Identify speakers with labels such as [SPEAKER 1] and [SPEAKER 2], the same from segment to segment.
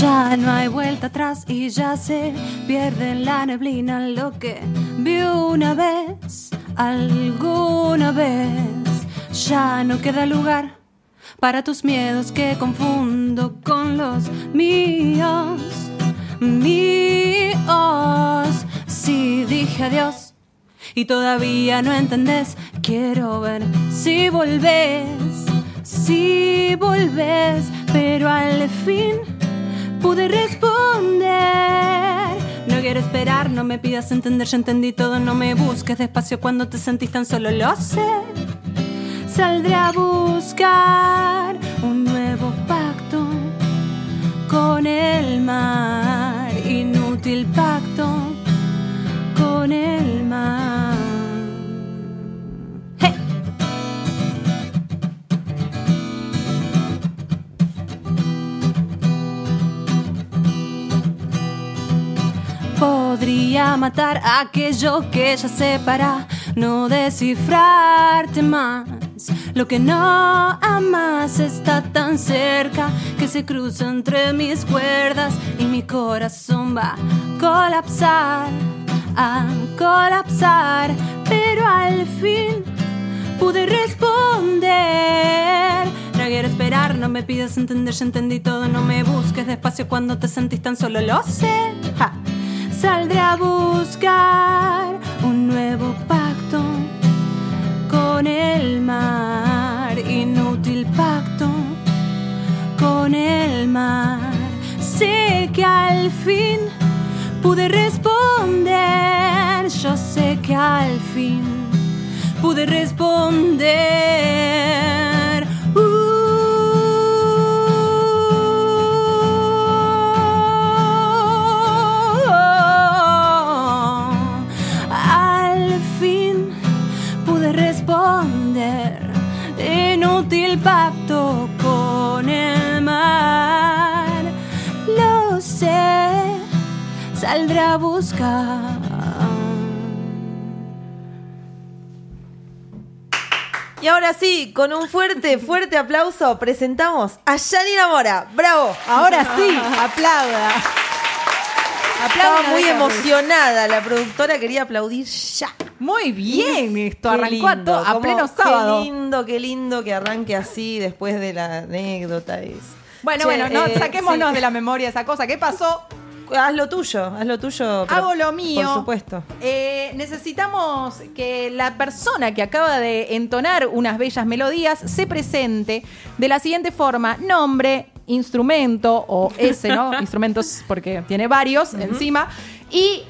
[SPEAKER 1] Ya no hay vuelta atrás y ya se pierde en la neblina lo que vi una vez, alguna vez. Ya no queda lugar para tus miedos que confundo con los míos, míos. Si dije adiós y todavía no entendés, quiero ver si volvés, si volvés, pero al fin pude responder. No quiero esperar, no me pidas entender, ya entendí todo, no me busques despacio cuando te sentís tan solo, lo sé. Saldré a buscar un nuevo pacto con el mar, inútil pacto con el mar. ¡Hey! Podría matar aquello que ya sé para no descifrarte más. Lo que no amas está tan cerca que se cruza entre mis cuerdas y mi corazón va a colapsar, a colapsar. Pero al fin pude responder. No quiero esperar, no me pidas entender, ya entendí todo, no me busques despacio cuando te sentís tan solo, lo sé. Ja. Saldré a buscar un nuevo pacto con el mar, inútil pacto con el mar. Sé que al fin pude responder, yo sé que al fin pude responder. Uh, Uh, al fin pude responder. Inútil pacto con el mar. Lo sé, saldré a buscar.
[SPEAKER 2] Y ahora sí, con un fuerte, fuerte aplauso, presentamos a Yanina Mora. ¡Bravo!
[SPEAKER 3] Ahora sí, aplauda.
[SPEAKER 2] Estaba
[SPEAKER 3] Aplauda
[SPEAKER 2] muy
[SPEAKER 3] de Carlos.
[SPEAKER 2] emocionada, la productora quería aplaudir ya.
[SPEAKER 3] Muy bien esto,
[SPEAKER 2] Qué
[SPEAKER 3] arrancó a,
[SPEAKER 2] lindo,
[SPEAKER 3] to- a
[SPEAKER 2] cómo-
[SPEAKER 3] pleno sábado.
[SPEAKER 2] Qué lindo, qué lindo que arranque así después de la anécdota. Es.
[SPEAKER 3] Bueno,
[SPEAKER 2] Che,
[SPEAKER 3] bueno, no,
[SPEAKER 2] eh,
[SPEAKER 3] saquémonos
[SPEAKER 2] sí.
[SPEAKER 3] de la memoria esa cosa. ¿Qué pasó?
[SPEAKER 2] Haz lo tuyo, haz lo tuyo. pero-
[SPEAKER 3] Hago lo mío.
[SPEAKER 2] Por supuesto.
[SPEAKER 3] Eh, necesitamos que la persona que acaba de entonar unas bellas melodías se presente de la siguiente forma: nombre, instrumento o ese, ¿no? Instrumentos, porque tiene varios encima. Y.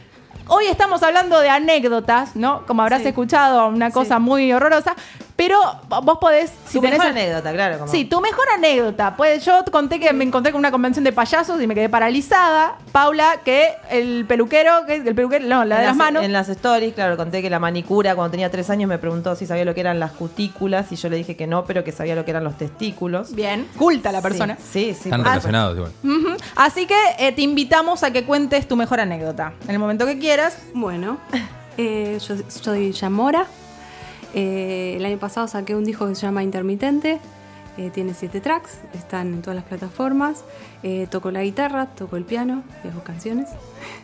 [SPEAKER 3] Hoy estamos hablando de anécdotas, ¿no? Como habrás
[SPEAKER 2] Sí.
[SPEAKER 3] escuchado, una cosa muy horrorosa. Pero vos podés, si
[SPEAKER 2] Tu
[SPEAKER 3] tenés
[SPEAKER 2] mejor anécdota, claro. como-
[SPEAKER 3] Sí, tu mejor anécdota. Pues yo conté que me encontré con una convención de payasos y me quedé paralizada. Paula, que el peluquero, que el peluquero, no, la
[SPEAKER 2] en
[SPEAKER 3] de las manos.
[SPEAKER 2] En las stories, claro, conté que la manicura cuando tenía tres años me preguntó si sabía lo que eran las cutículas y yo le dije que no, pero que sabía lo que eran los testículos.
[SPEAKER 3] Bien, culta la
[SPEAKER 2] Sí,
[SPEAKER 3] persona.
[SPEAKER 2] Sí, sí. Ah, pues,
[SPEAKER 4] Están
[SPEAKER 2] por
[SPEAKER 4] relacionados igual.
[SPEAKER 3] Ujú. Así que eh, te invitamos a que cuentes tu mejor anécdota. En el momento que quieras.
[SPEAKER 1] Bueno, eh, yo soy Yamora. Eh, el año pasado saqué un disco que se llama Intermitente. Eh, tiene siete tracks, están en todas las plataformas. Eh, toco la guitarra, toco el piano y hago canciones.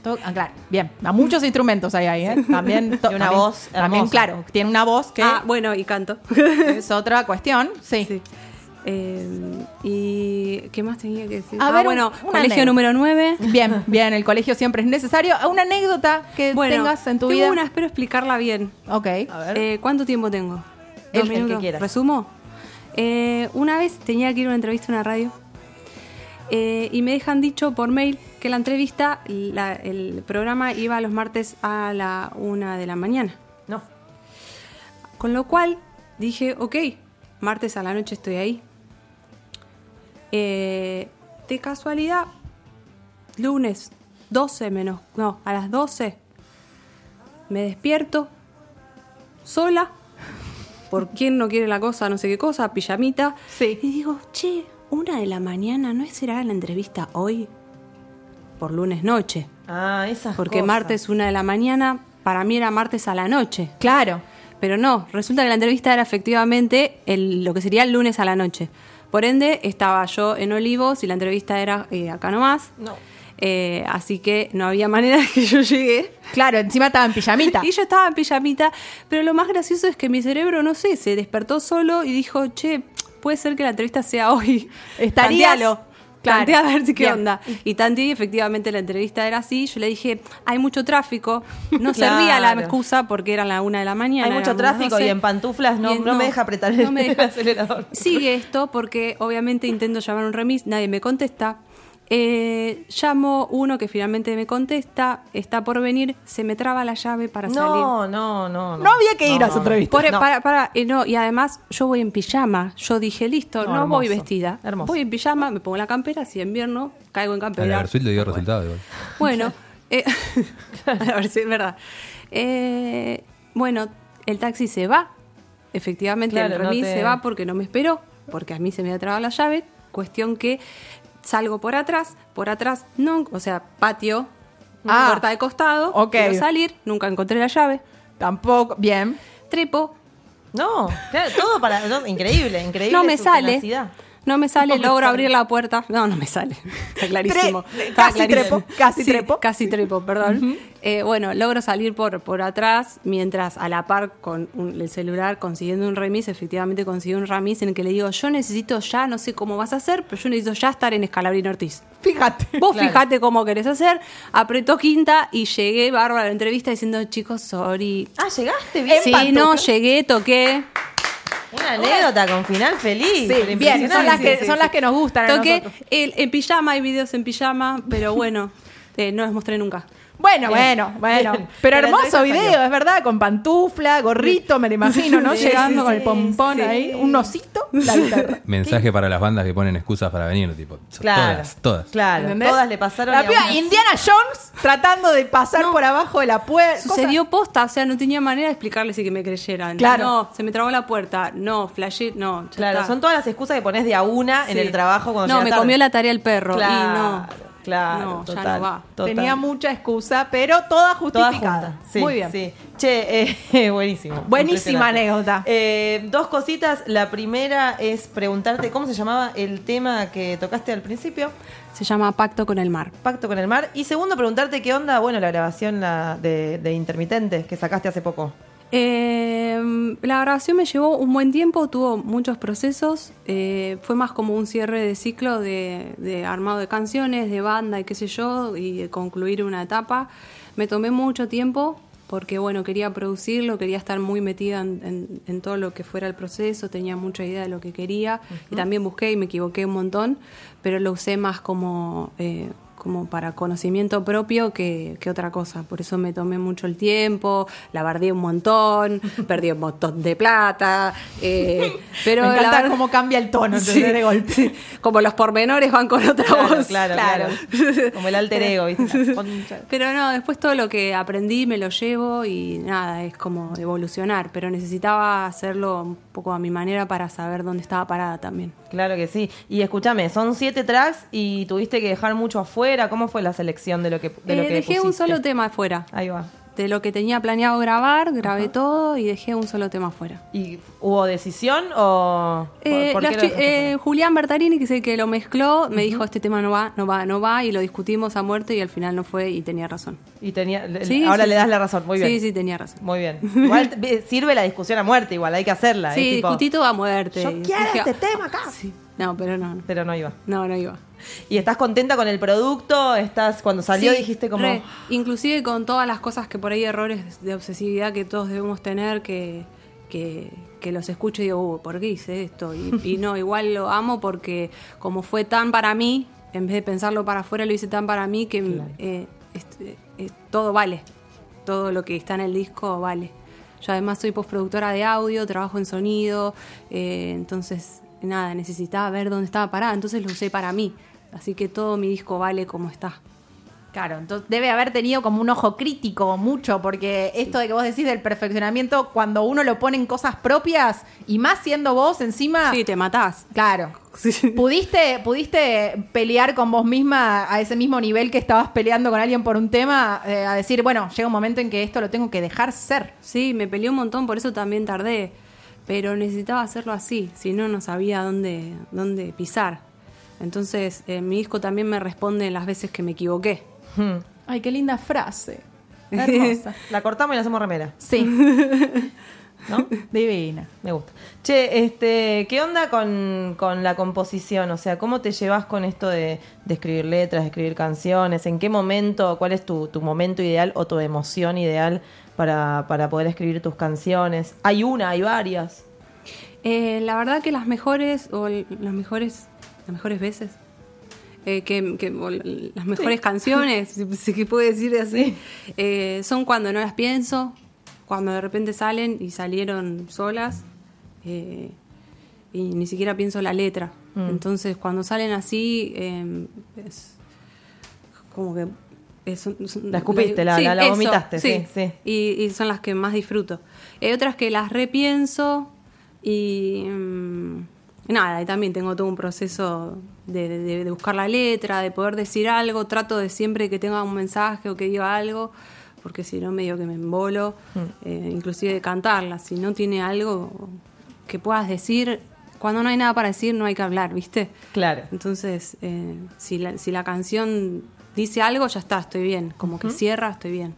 [SPEAKER 3] To- ah, claro, bien. A muchos instrumentos hay ahí, ¿eh? También. to-
[SPEAKER 2] Y una
[SPEAKER 3] también-
[SPEAKER 2] voz
[SPEAKER 3] También,
[SPEAKER 2] hermosa.
[SPEAKER 3] claro, tiene una voz que
[SPEAKER 1] Ah, bueno, y canto.
[SPEAKER 3] es otra cuestión. Sí.
[SPEAKER 1] Sí. Eh, ¿Y qué más tenía que decir?
[SPEAKER 3] A
[SPEAKER 1] ah,
[SPEAKER 3] ver,
[SPEAKER 1] bueno,
[SPEAKER 3] un- una
[SPEAKER 1] colegio
[SPEAKER 3] anécdota.
[SPEAKER 1] número 9.
[SPEAKER 3] Bien, bien, el colegio siempre es necesario. Una anécdota que
[SPEAKER 1] Bueno,
[SPEAKER 3] tengas en tu
[SPEAKER 1] tengo
[SPEAKER 3] vida.
[SPEAKER 1] una, espero explicarla bien.
[SPEAKER 3] Ok.
[SPEAKER 2] A ver.
[SPEAKER 1] Eh, ¿Cuánto tiempo tengo? ¿Dos
[SPEAKER 2] El- el que
[SPEAKER 1] minutos?
[SPEAKER 2] quieras.
[SPEAKER 1] ¿Resumo? Eh, una vez tenía que ir a una entrevista a una radio eh, y me dejan dicho por mail que la entrevista, la- el programa iba los martes a la una de la mañana.
[SPEAKER 2] No.
[SPEAKER 1] Con lo cual dije, ok, martes a la noche estoy ahí. Eh, de casualidad, lunes, 12 menos, no, a las 12, me despierto sola, por quién no quiere la cosa, no sé qué cosa, pijamita.
[SPEAKER 3] Sí.
[SPEAKER 1] Y digo, che, una de la mañana, ¿no será la entrevista hoy? Por lunes noche.
[SPEAKER 2] Ah, esas
[SPEAKER 1] Porque
[SPEAKER 2] cosas.
[SPEAKER 1] martes, una de la mañana, para mí era martes a la noche.
[SPEAKER 3] Claro.
[SPEAKER 1] Pero no, resulta que la entrevista era efectivamente el- lo que sería el lunes a la noche.
[SPEAKER 5] Por ende, estaba yo en Olivos y la entrevista era eh, acá nomás.
[SPEAKER 2] No.
[SPEAKER 5] Eh, así que no había manera que yo llegue.
[SPEAKER 3] Claro, encima estaba en pijamita.
[SPEAKER 5] Y yo estaba en pijamita, pero lo más gracioso es que mi cerebro, no sé, se despertó solo y dijo, che, puede ser que la entrevista sea hoy.
[SPEAKER 3] Estarías-
[SPEAKER 5] Tantealo.
[SPEAKER 3] Claro.
[SPEAKER 5] Tantea a ver si qué
[SPEAKER 3] Bien.
[SPEAKER 5] onda. Y tanti, efectivamente, la entrevista era así. Yo le dije, hay mucho tráfico. No
[SPEAKER 2] Claro.
[SPEAKER 5] servía la excusa porque era la una de la mañana.
[SPEAKER 2] Hay mucho
[SPEAKER 5] eran las
[SPEAKER 2] tráfico
[SPEAKER 5] 12.
[SPEAKER 2] y en pantuflas no,
[SPEAKER 5] Y en-
[SPEAKER 2] no me deja apretar el,
[SPEAKER 5] no me deja.
[SPEAKER 2] acelerador.
[SPEAKER 5] Sigue esto porque obviamente intento llamar un remis, nadie me contesta. Eh, llamo uno que finalmente me contesta, está por venir, se me traba la llave para salir.
[SPEAKER 2] No, no, no,
[SPEAKER 3] No había que ir a esa entrevista.
[SPEAKER 5] Pobre-
[SPEAKER 2] No.
[SPEAKER 5] para, para, eh, no, y además yo voy en pijama. Yo dije, listo,
[SPEAKER 2] No,
[SPEAKER 5] no, voy
[SPEAKER 2] hermoso,
[SPEAKER 5] vestida.
[SPEAKER 2] hermoso.
[SPEAKER 5] Voy en pijama, me pongo la campera, si es invierno, caigo
[SPEAKER 4] A
[SPEAKER 5] en
[SPEAKER 4] la
[SPEAKER 5] campera.
[SPEAKER 4] Versuit le dio resultado igual.
[SPEAKER 5] Bueno, eh, a ver si es verdad. Eh, bueno, el taxi se va. Efectivamente, el
[SPEAKER 2] Claro, no
[SPEAKER 5] remis
[SPEAKER 2] te-
[SPEAKER 5] se va porque no me esperó, porque a mí se me había trabado la llave. Cuestión que salgo por atrás, por atrás, no, o sea, patio,
[SPEAKER 3] Ah.
[SPEAKER 5] puerta de costado,
[SPEAKER 3] Ok.
[SPEAKER 5] quiero salir, nunca encontré la llave.
[SPEAKER 3] Tampoco. Bien.
[SPEAKER 5] Trepo,
[SPEAKER 2] No, claro, todo para. no, increíble, increíble.
[SPEAKER 5] no me
[SPEAKER 2] su
[SPEAKER 5] sale.
[SPEAKER 2] tenacidad.
[SPEAKER 5] No me sale,
[SPEAKER 2] No me
[SPEAKER 5] logro
[SPEAKER 2] sale.
[SPEAKER 5] abrir la puerta. No, no me sale. Está clarísimo.
[SPEAKER 3] Tre-
[SPEAKER 5] Está
[SPEAKER 3] casi
[SPEAKER 5] clarísimo.
[SPEAKER 3] trepo, casi
[SPEAKER 5] Sí,
[SPEAKER 3] trepo.
[SPEAKER 5] Casi trepo, perdón. Eh, bueno, logro salir por, por atrás, mientras a la par con un- el celular consiguiendo un remis, efectivamente consigo un remis en el que le digo, yo necesito ya, no sé cómo vas a hacer, pero yo necesito ya estar en Escalabrín Ortiz.
[SPEAKER 3] Fíjate.
[SPEAKER 5] Vos
[SPEAKER 2] Claro.
[SPEAKER 5] fijate cómo querés hacer. Apretó quinta y llegué bárbaro a la entrevista diciendo, chicos, sorry.
[SPEAKER 2] Ah, llegaste bien.
[SPEAKER 5] Sí, no, llegué, toqué.
[SPEAKER 2] Una anécdota con final feliz.
[SPEAKER 3] Sí,
[SPEAKER 2] Pero
[SPEAKER 3] bien, son
[SPEAKER 2] impresionante.
[SPEAKER 3] las que,
[SPEAKER 2] Sí, sí,
[SPEAKER 3] son
[SPEAKER 2] sí.
[SPEAKER 3] las que nos gustan. a
[SPEAKER 5] Toqué
[SPEAKER 3] nosotros.
[SPEAKER 5] el- en pijama, hay videos en pijama, pero bueno, eh, no los mostré nunca.
[SPEAKER 3] Bueno,
[SPEAKER 2] Bien.
[SPEAKER 3] bueno, bueno.
[SPEAKER 2] Bien.
[SPEAKER 3] Pero
[SPEAKER 2] Pero
[SPEAKER 3] hermoso
[SPEAKER 2] entonces
[SPEAKER 3] video,
[SPEAKER 2] salió.
[SPEAKER 3] es verdad, con pantufla, gorrito, me lo imagino, ¿no?
[SPEAKER 5] Sí,
[SPEAKER 3] Llegando
[SPEAKER 5] sí,
[SPEAKER 3] con
[SPEAKER 5] sí,
[SPEAKER 3] el pompón
[SPEAKER 5] sí.
[SPEAKER 3] ahí, un osito, la guitarra.
[SPEAKER 4] Mensaje para las bandas que ponen excusas para venir, tipo. so-
[SPEAKER 2] Claro.
[SPEAKER 4] Todas, todas.
[SPEAKER 2] Claro,
[SPEAKER 3] ¿Entendés?
[SPEAKER 2] todas le pasaron. y
[SPEAKER 3] La piba
[SPEAKER 2] algunas-
[SPEAKER 3] Indiana Jones tratando de pasar por abajo de la puerta.
[SPEAKER 5] Sucedió posta, o sea, no tenía manera de explicarles y que me creyeran.
[SPEAKER 3] Claro.
[SPEAKER 5] No, se me trabó la puerta. No, flashé, no. ya
[SPEAKER 2] Claro,
[SPEAKER 5] está.
[SPEAKER 2] son todas las excusas que pones de a una en
[SPEAKER 5] Sí.
[SPEAKER 2] el trabajo cuando
[SPEAKER 5] No,
[SPEAKER 2] llegas
[SPEAKER 5] me
[SPEAKER 2] tarde.
[SPEAKER 5] comió la tarea el perro.
[SPEAKER 2] Claro,
[SPEAKER 5] y no.
[SPEAKER 2] claro.
[SPEAKER 5] No, ya
[SPEAKER 2] total,
[SPEAKER 5] no va.
[SPEAKER 2] total.
[SPEAKER 3] Tenía mucha excusa, pero toda
[SPEAKER 2] Todas
[SPEAKER 3] justificada.
[SPEAKER 2] juntas. Sí,
[SPEAKER 3] Muy bien.
[SPEAKER 2] sí. Che, eh, eh, buenísimo.
[SPEAKER 3] Buenísima
[SPEAKER 2] Impresionante.
[SPEAKER 3] anécdota.
[SPEAKER 2] Eh, dos cositas. La primera es preguntarte cómo se llamaba el tema que tocaste al principio,
[SPEAKER 5] Se llama Pacto con el Mar.
[SPEAKER 2] Pacto con el Mar. Y segundo, preguntarte qué onda, bueno, la grabación la de, de Intermitentes que sacaste hace poco.
[SPEAKER 5] Eh, la grabación me llevó un buen tiempo, tuvo muchos procesos, eh, fue más como un cierre de ciclo de, de armado de canciones, de banda y qué sé yo, y de concluir una etapa. Me tomé mucho tiempo porque, bueno, quería producirlo, quería estar muy metida en, en- en todo lo que fuera el proceso, tenía mucha idea de lo que quería y también busqué y me equivoqué un montón, pero lo usé más como... eh, como para conocimiento propio que, que otra cosa. Por eso me tomé mucho el tiempo, la bardeé un montón, perdí un montón de plata. eh, pero
[SPEAKER 3] Me
[SPEAKER 5] la
[SPEAKER 3] encanta
[SPEAKER 5] verdad-
[SPEAKER 3] cómo cambia el tono,
[SPEAKER 5] Sí,
[SPEAKER 3] ¿entendés? de golpe.
[SPEAKER 5] sí. Como los pormenores van con otra voz.
[SPEAKER 2] claro, claro. Como el alter ego, ¿viste? La concha.
[SPEAKER 5] Pero no, después todo lo que aprendí me lo llevo y nada, es como evolucionar. Pero necesitaba hacerlo un poco a mi manera para saber dónde estaba parada también.
[SPEAKER 2] Claro que sí. Y escúchame, son siete tracks y tuviste que dejar mucho afuera. ¿Cómo fue la selección de lo que, de lo
[SPEAKER 5] Eh,
[SPEAKER 2] que
[SPEAKER 5] dejé un
[SPEAKER 2] pusiste?
[SPEAKER 5] solo tema afuera.
[SPEAKER 2] Ahí va.
[SPEAKER 5] De lo que tenía planeado grabar, grabé todo y dejé un solo tema afuera.
[SPEAKER 2] ¿Y hubo decisión o por-
[SPEAKER 5] Eh,
[SPEAKER 2] por
[SPEAKER 5] la
[SPEAKER 2] qué lo
[SPEAKER 5] estoy-
[SPEAKER 2] dejaste
[SPEAKER 5] eh, Julián Bertarini, que es el que lo mezcló, me dijo, este tema no va, no va, no va, y lo discutimos a muerte y al final no fue y tenía razón.
[SPEAKER 2] fuera? Y tenía, le-
[SPEAKER 5] Sí,
[SPEAKER 2] ahora
[SPEAKER 5] sí,
[SPEAKER 2] le das
[SPEAKER 5] sí.
[SPEAKER 2] la razón, muy bien.
[SPEAKER 5] Sí, sí, tenía razón.
[SPEAKER 2] Muy bien. Igual te- eh, sirve la discusión a muerte, igual hay que hacerla.
[SPEAKER 5] sí,
[SPEAKER 2] es tipo,
[SPEAKER 5] discutí todo a muerte.
[SPEAKER 2] Yo
[SPEAKER 5] Y
[SPEAKER 2] quiero
[SPEAKER 5] dije, "Ah,
[SPEAKER 2] este tema acá.
[SPEAKER 5] Sí. No, pero no, no.
[SPEAKER 2] Pero no iba.
[SPEAKER 5] no, no iba.
[SPEAKER 2] ¿Y estás contenta con el producto? ¿Estás cuando salió
[SPEAKER 5] Sí,
[SPEAKER 2] dijiste como
[SPEAKER 5] re. inclusive con todas las cosas que por ahí errores de obsesividad que todos debemos tener que que, que los escucho y digo, "Uh, ¿por qué hice esto? Y, y no, igual lo amo porque como fue tan para mí, en vez de pensarlo para afuera, lo hice tan para mí que eh, este, eh, todo vale. Todo lo que está en el disco vale. Yo además soy postproductora de audio, trabajo en sonido, eh, entonces nada, necesitaba ver dónde estaba parada, entonces lo usé para mí. Así que todo mi disco vale como está.
[SPEAKER 3] Claro, entonces debe haber tenido como un ojo crítico mucho, porque esto de que vos decís del perfeccionamiento, cuando uno lo pone en cosas propias, y más siendo vos encima,
[SPEAKER 5] Sí, te matás.
[SPEAKER 3] claro. ¿Pudiste, ¿Pudiste pelear con vos misma a ese mismo nivel que estabas peleando con alguien por un tema? eh, a decir, bueno, llega un momento en que esto lo tengo que dejar ser.
[SPEAKER 5] Sí, me peleé un montón, por eso también tardé. pero necesitaba hacerlo así, si no, no sabía dónde, dónde pisar. Entonces, eh, mi disco también me responde las veces que me equivoqué.
[SPEAKER 3] Ay, qué linda frase. Hermosa.
[SPEAKER 2] "Hmm, La cortamos y la hacemos remera,
[SPEAKER 3] Sí,
[SPEAKER 2] ¿no?
[SPEAKER 3] divina.
[SPEAKER 2] Me gusta. Che, este, ¿qué onda con, con la composición? O sea, ¿cómo te llevas con esto de, de escribir letras, de escribir canciones? ¿En qué momento, cuál es tu, tu momento ideal o tu emoción ideal para, para poder escribir tus canciones? Hay una, hay varias.
[SPEAKER 5] Eh, la verdad que las mejores, o l- las mejores, las mejores veces, eh, que, que- o l- las mejores canciones, si si que puedo decir así, eh, son cuando no las pienso, cuando de repente salen y salieron solas, eh, y ni siquiera pienso la letra.
[SPEAKER 2] Mm.
[SPEAKER 5] Entonces, cuando salen así, eh, es como que... es un- son-
[SPEAKER 2] La escupiste, la- la- la
[SPEAKER 5] eso,
[SPEAKER 2] vomitaste, sí, sí.
[SPEAKER 5] y, y son las que más disfruto. Hay otras que las repienso y mm, nada, y también tengo todo un proceso de, de- de buscar la letra, de poder decir algo, trato de siempre que tenga un mensaje o que diga algo, porque si no medio que me embolo, eh, inclusive de cantarla, si no tiene algo que puedas decir, cuando no hay nada para decir no hay que hablar, ¿viste?
[SPEAKER 2] Claro.
[SPEAKER 5] Entonces, eh, si, la, si la canción dice algo, ya está, estoy bien, como que cierra, estoy bien.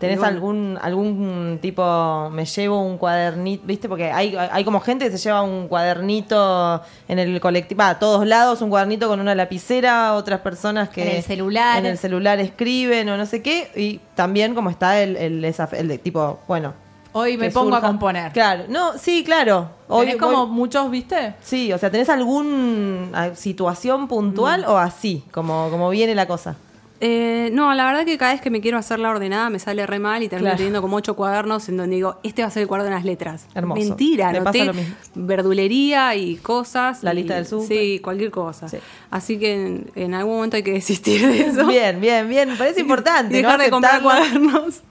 [SPEAKER 2] ¿Tenés
[SPEAKER 5] Y bueno.
[SPEAKER 2] algún, algún tipo, me llevo un cuadernito, viste? Porque hay, hay como gente que se lleva un cuadernito en el colectivo, a todos lados, un cuadernito con una lapicera, otras personas que...
[SPEAKER 3] En el celular.
[SPEAKER 2] En el celular escriben o no sé qué, y también como está el, el, esa- el de tipo, bueno...
[SPEAKER 3] Hoy me
[SPEAKER 2] que
[SPEAKER 3] pongo a
[SPEAKER 2] surja.
[SPEAKER 3] componer.
[SPEAKER 2] Claro, no, sí, claro. Hoy
[SPEAKER 3] Tenés como
[SPEAKER 2] voy-
[SPEAKER 3] muchos, ¿viste?
[SPEAKER 2] sí, o sea, ¿tenés alguna situación puntual
[SPEAKER 3] Mm.
[SPEAKER 2] o así, como, como viene la cosa?
[SPEAKER 5] Eh, no, la verdad que cada vez que me quiero hacer la ordenada me sale re mal y termino
[SPEAKER 2] Claro.
[SPEAKER 5] teniendo como ocho cuadernos en donde digo, este va a ser el cuaderno de las letras.
[SPEAKER 2] Hermoso.
[SPEAKER 5] Mentira,
[SPEAKER 2] Me
[SPEAKER 5] anoté
[SPEAKER 2] pasa lo mismo.
[SPEAKER 5] verdulería y cosas.
[SPEAKER 2] La
[SPEAKER 5] y-
[SPEAKER 2] lista del súper.
[SPEAKER 5] Sí, cualquier cosa.
[SPEAKER 2] Sí.
[SPEAKER 5] Así que en, en algún momento hay que desistir de eso.
[SPEAKER 2] Bien, bien, bien, parece importante.
[SPEAKER 5] Y dejar
[SPEAKER 2] ¿no?
[SPEAKER 5] de comprar
[SPEAKER 2] Aceptarlo.
[SPEAKER 5] cuadernos.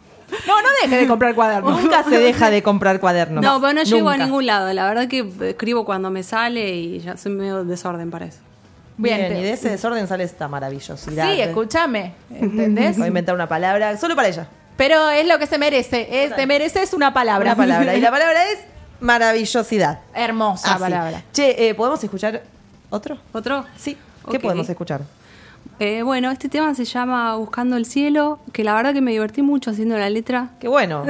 [SPEAKER 3] No, no dejes de comprar cuadernos.
[SPEAKER 2] Nunca se deja de comprar cuadernos.
[SPEAKER 5] No, pero no llego a
[SPEAKER 2] Nunca.
[SPEAKER 5] ningún lado. La verdad que escribo cuando me sale y ya soy medio desorden para eso.
[SPEAKER 2] Bien,
[SPEAKER 3] Bien, te-
[SPEAKER 2] y de ese desorden sale esta maravillosidad.
[SPEAKER 3] Sí, escúchame, ¿entendés?
[SPEAKER 2] Voy a inventar una palabra solo para ella.
[SPEAKER 3] Pero es lo que se merece, es, te mereces una palabra.
[SPEAKER 2] Una palabra. Y la palabra es maravillosidad.
[SPEAKER 5] Ah,
[SPEAKER 3] Hermosa
[SPEAKER 2] Así.
[SPEAKER 3] palabra.
[SPEAKER 2] Che, eh, ¿podemos escuchar otro?
[SPEAKER 5] ¿Otro?
[SPEAKER 2] Sí. ¿Qué
[SPEAKER 5] Ok.
[SPEAKER 2] podemos escuchar?
[SPEAKER 5] Eh, bueno, este tema se llama Buscando el cielo, que la verdad que me divertí mucho haciendo la letra.
[SPEAKER 2] Qué bueno.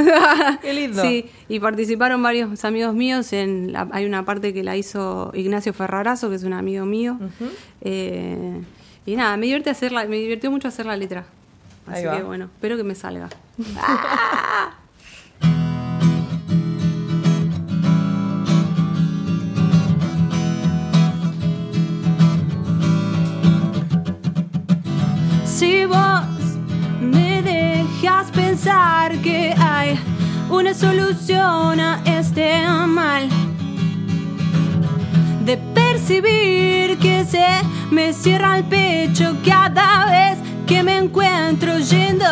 [SPEAKER 2] Qué lindo.
[SPEAKER 5] Sí, y participaron varios amigos míos. En la- hay una parte que la hizo Ignacio Ferrarazo, que es un amigo mío. Eh, y nada, me, divierte hacer la- me divirtió mucho hacer la letra.
[SPEAKER 2] Ahí
[SPEAKER 5] Así
[SPEAKER 2] va.
[SPEAKER 5] que bueno, espero que me salga. Si vos me dejas pensar que hay una solución a este mal, de percibir que se me cierra el pecho cada vez que me encuentro yendo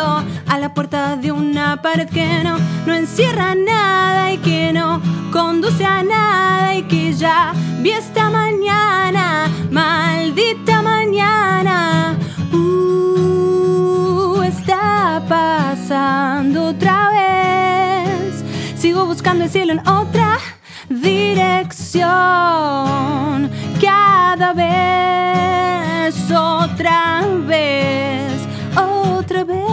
[SPEAKER 5] a la puerta de una pared que no, no encierra nada y que no conduce a nada y que ya vi esta mañana, maldita mañana. Uh, está pasando otra vez. Sigo buscando el cielo en otra dirección. Cada vez, otra vez, otra vez.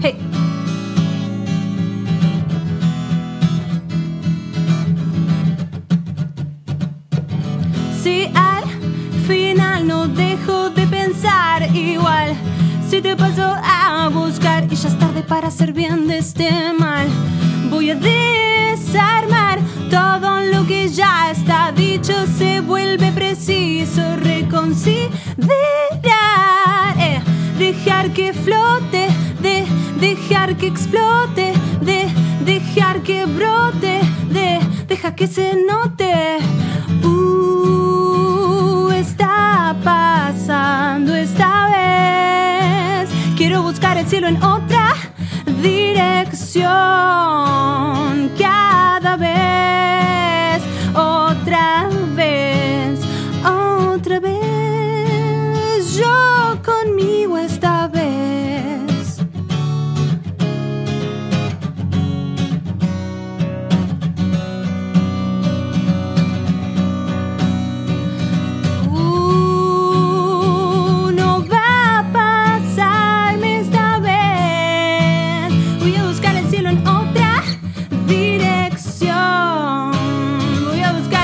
[SPEAKER 5] Hey. Si al final no dejo de pensar igual, si te paso a buscar y ya es tarde para hacer bien de este mal, voy a desarmar todo lo que ya está dicho, se vuelve preciso reconsiderar, eh, dejar que flote, de dejar que explote, de dejar que brote, de deja que se note. Uh, está pasando esta vez. Quiero buscar el cielo en otra dirección. Cada vez, otra vez, otra vez. Yo conmigo esta vez.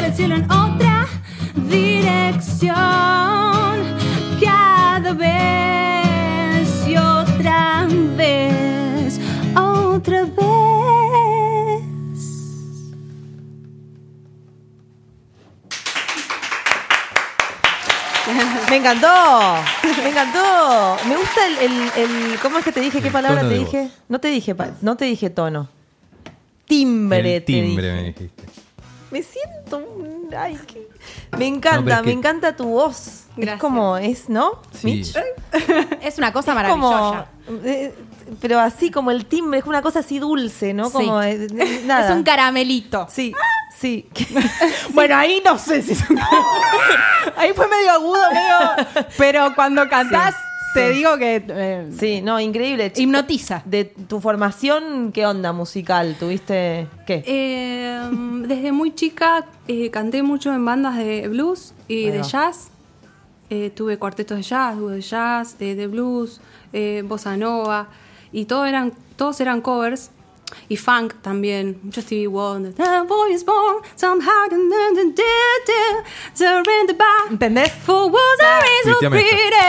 [SPEAKER 5] el cielo en otra dirección. Cada vez y otra vez, otra vez.
[SPEAKER 2] Me encantó, me encantó. Me gusta el, el- el- ¿cómo es que te dije? ¿Qué
[SPEAKER 4] El
[SPEAKER 2] palabra
[SPEAKER 4] tono
[SPEAKER 2] te
[SPEAKER 4] de
[SPEAKER 2] dije?
[SPEAKER 4] voz.
[SPEAKER 2] No te dije, pa- no te dije tono. Timbre,
[SPEAKER 4] El
[SPEAKER 2] te
[SPEAKER 4] timbre
[SPEAKER 2] dije.
[SPEAKER 4] me dijiste.
[SPEAKER 2] Me siento, un- ay, qué- me encanta,
[SPEAKER 4] No, pero es
[SPEAKER 2] me
[SPEAKER 4] que-
[SPEAKER 2] encanta tu voz. Es
[SPEAKER 5] Gracias.
[SPEAKER 2] como es, ¿no?
[SPEAKER 4] Sí.
[SPEAKER 2] Mitch.
[SPEAKER 3] Es una cosa
[SPEAKER 2] Como,
[SPEAKER 3] maravillosa.
[SPEAKER 2] eh, pero así como el timbre, es una cosa así dulce, ¿no?
[SPEAKER 3] Sí.
[SPEAKER 2] Como eh, eh, nada.
[SPEAKER 3] Es un caramelito.
[SPEAKER 2] Sí, sí.
[SPEAKER 3] Bueno, ahí no sé si es un Ahí fue medio agudo, medio. Pero cuando cantás, te digo que. eh,
[SPEAKER 2] sí, no, increíble. chico.
[SPEAKER 3] Hipnotiza.
[SPEAKER 2] De tu formación, ¿qué onda musical? ¿Tuviste qué?
[SPEAKER 5] Eh, desde muy chica eh, canté mucho en bandas de blues y
[SPEAKER 2] Ahí
[SPEAKER 5] de
[SPEAKER 2] va.
[SPEAKER 5] jazz. Eh, tuve cuartetos de jazz, dúos de jazz, eh, de blues, eh, bossa nova y todo eran, todos eran covers. Y funk también, mucho Stevie Wonder. The boy is born somehow. dun, dun, dun, dun, dun, surrender by
[SPEAKER 3] ¿Entendés?
[SPEAKER 5] For what are is so
[SPEAKER 4] Cristian Mesa.
[SPEAKER 5] pretty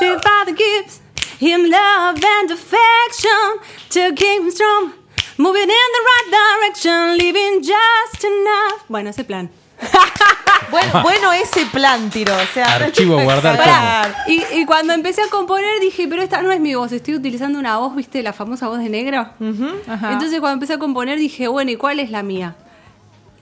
[SPEAKER 5] The Father gives him love and affection To keep him strong Moving in the right direction Living just enough Bueno, ese plan
[SPEAKER 2] Bueno, bueno ese plan, tiro. O sea,
[SPEAKER 4] Archivo guardar
[SPEAKER 2] Pará.
[SPEAKER 5] y, y cuando empecé a componer dije Pero esta no es mi voz, estoy utilizando una voz ¿Viste? La famosa voz de negro
[SPEAKER 3] Ajá.
[SPEAKER 5] Entonces cuando empecé a componer dije Bueno, ¿y cuál es la mía?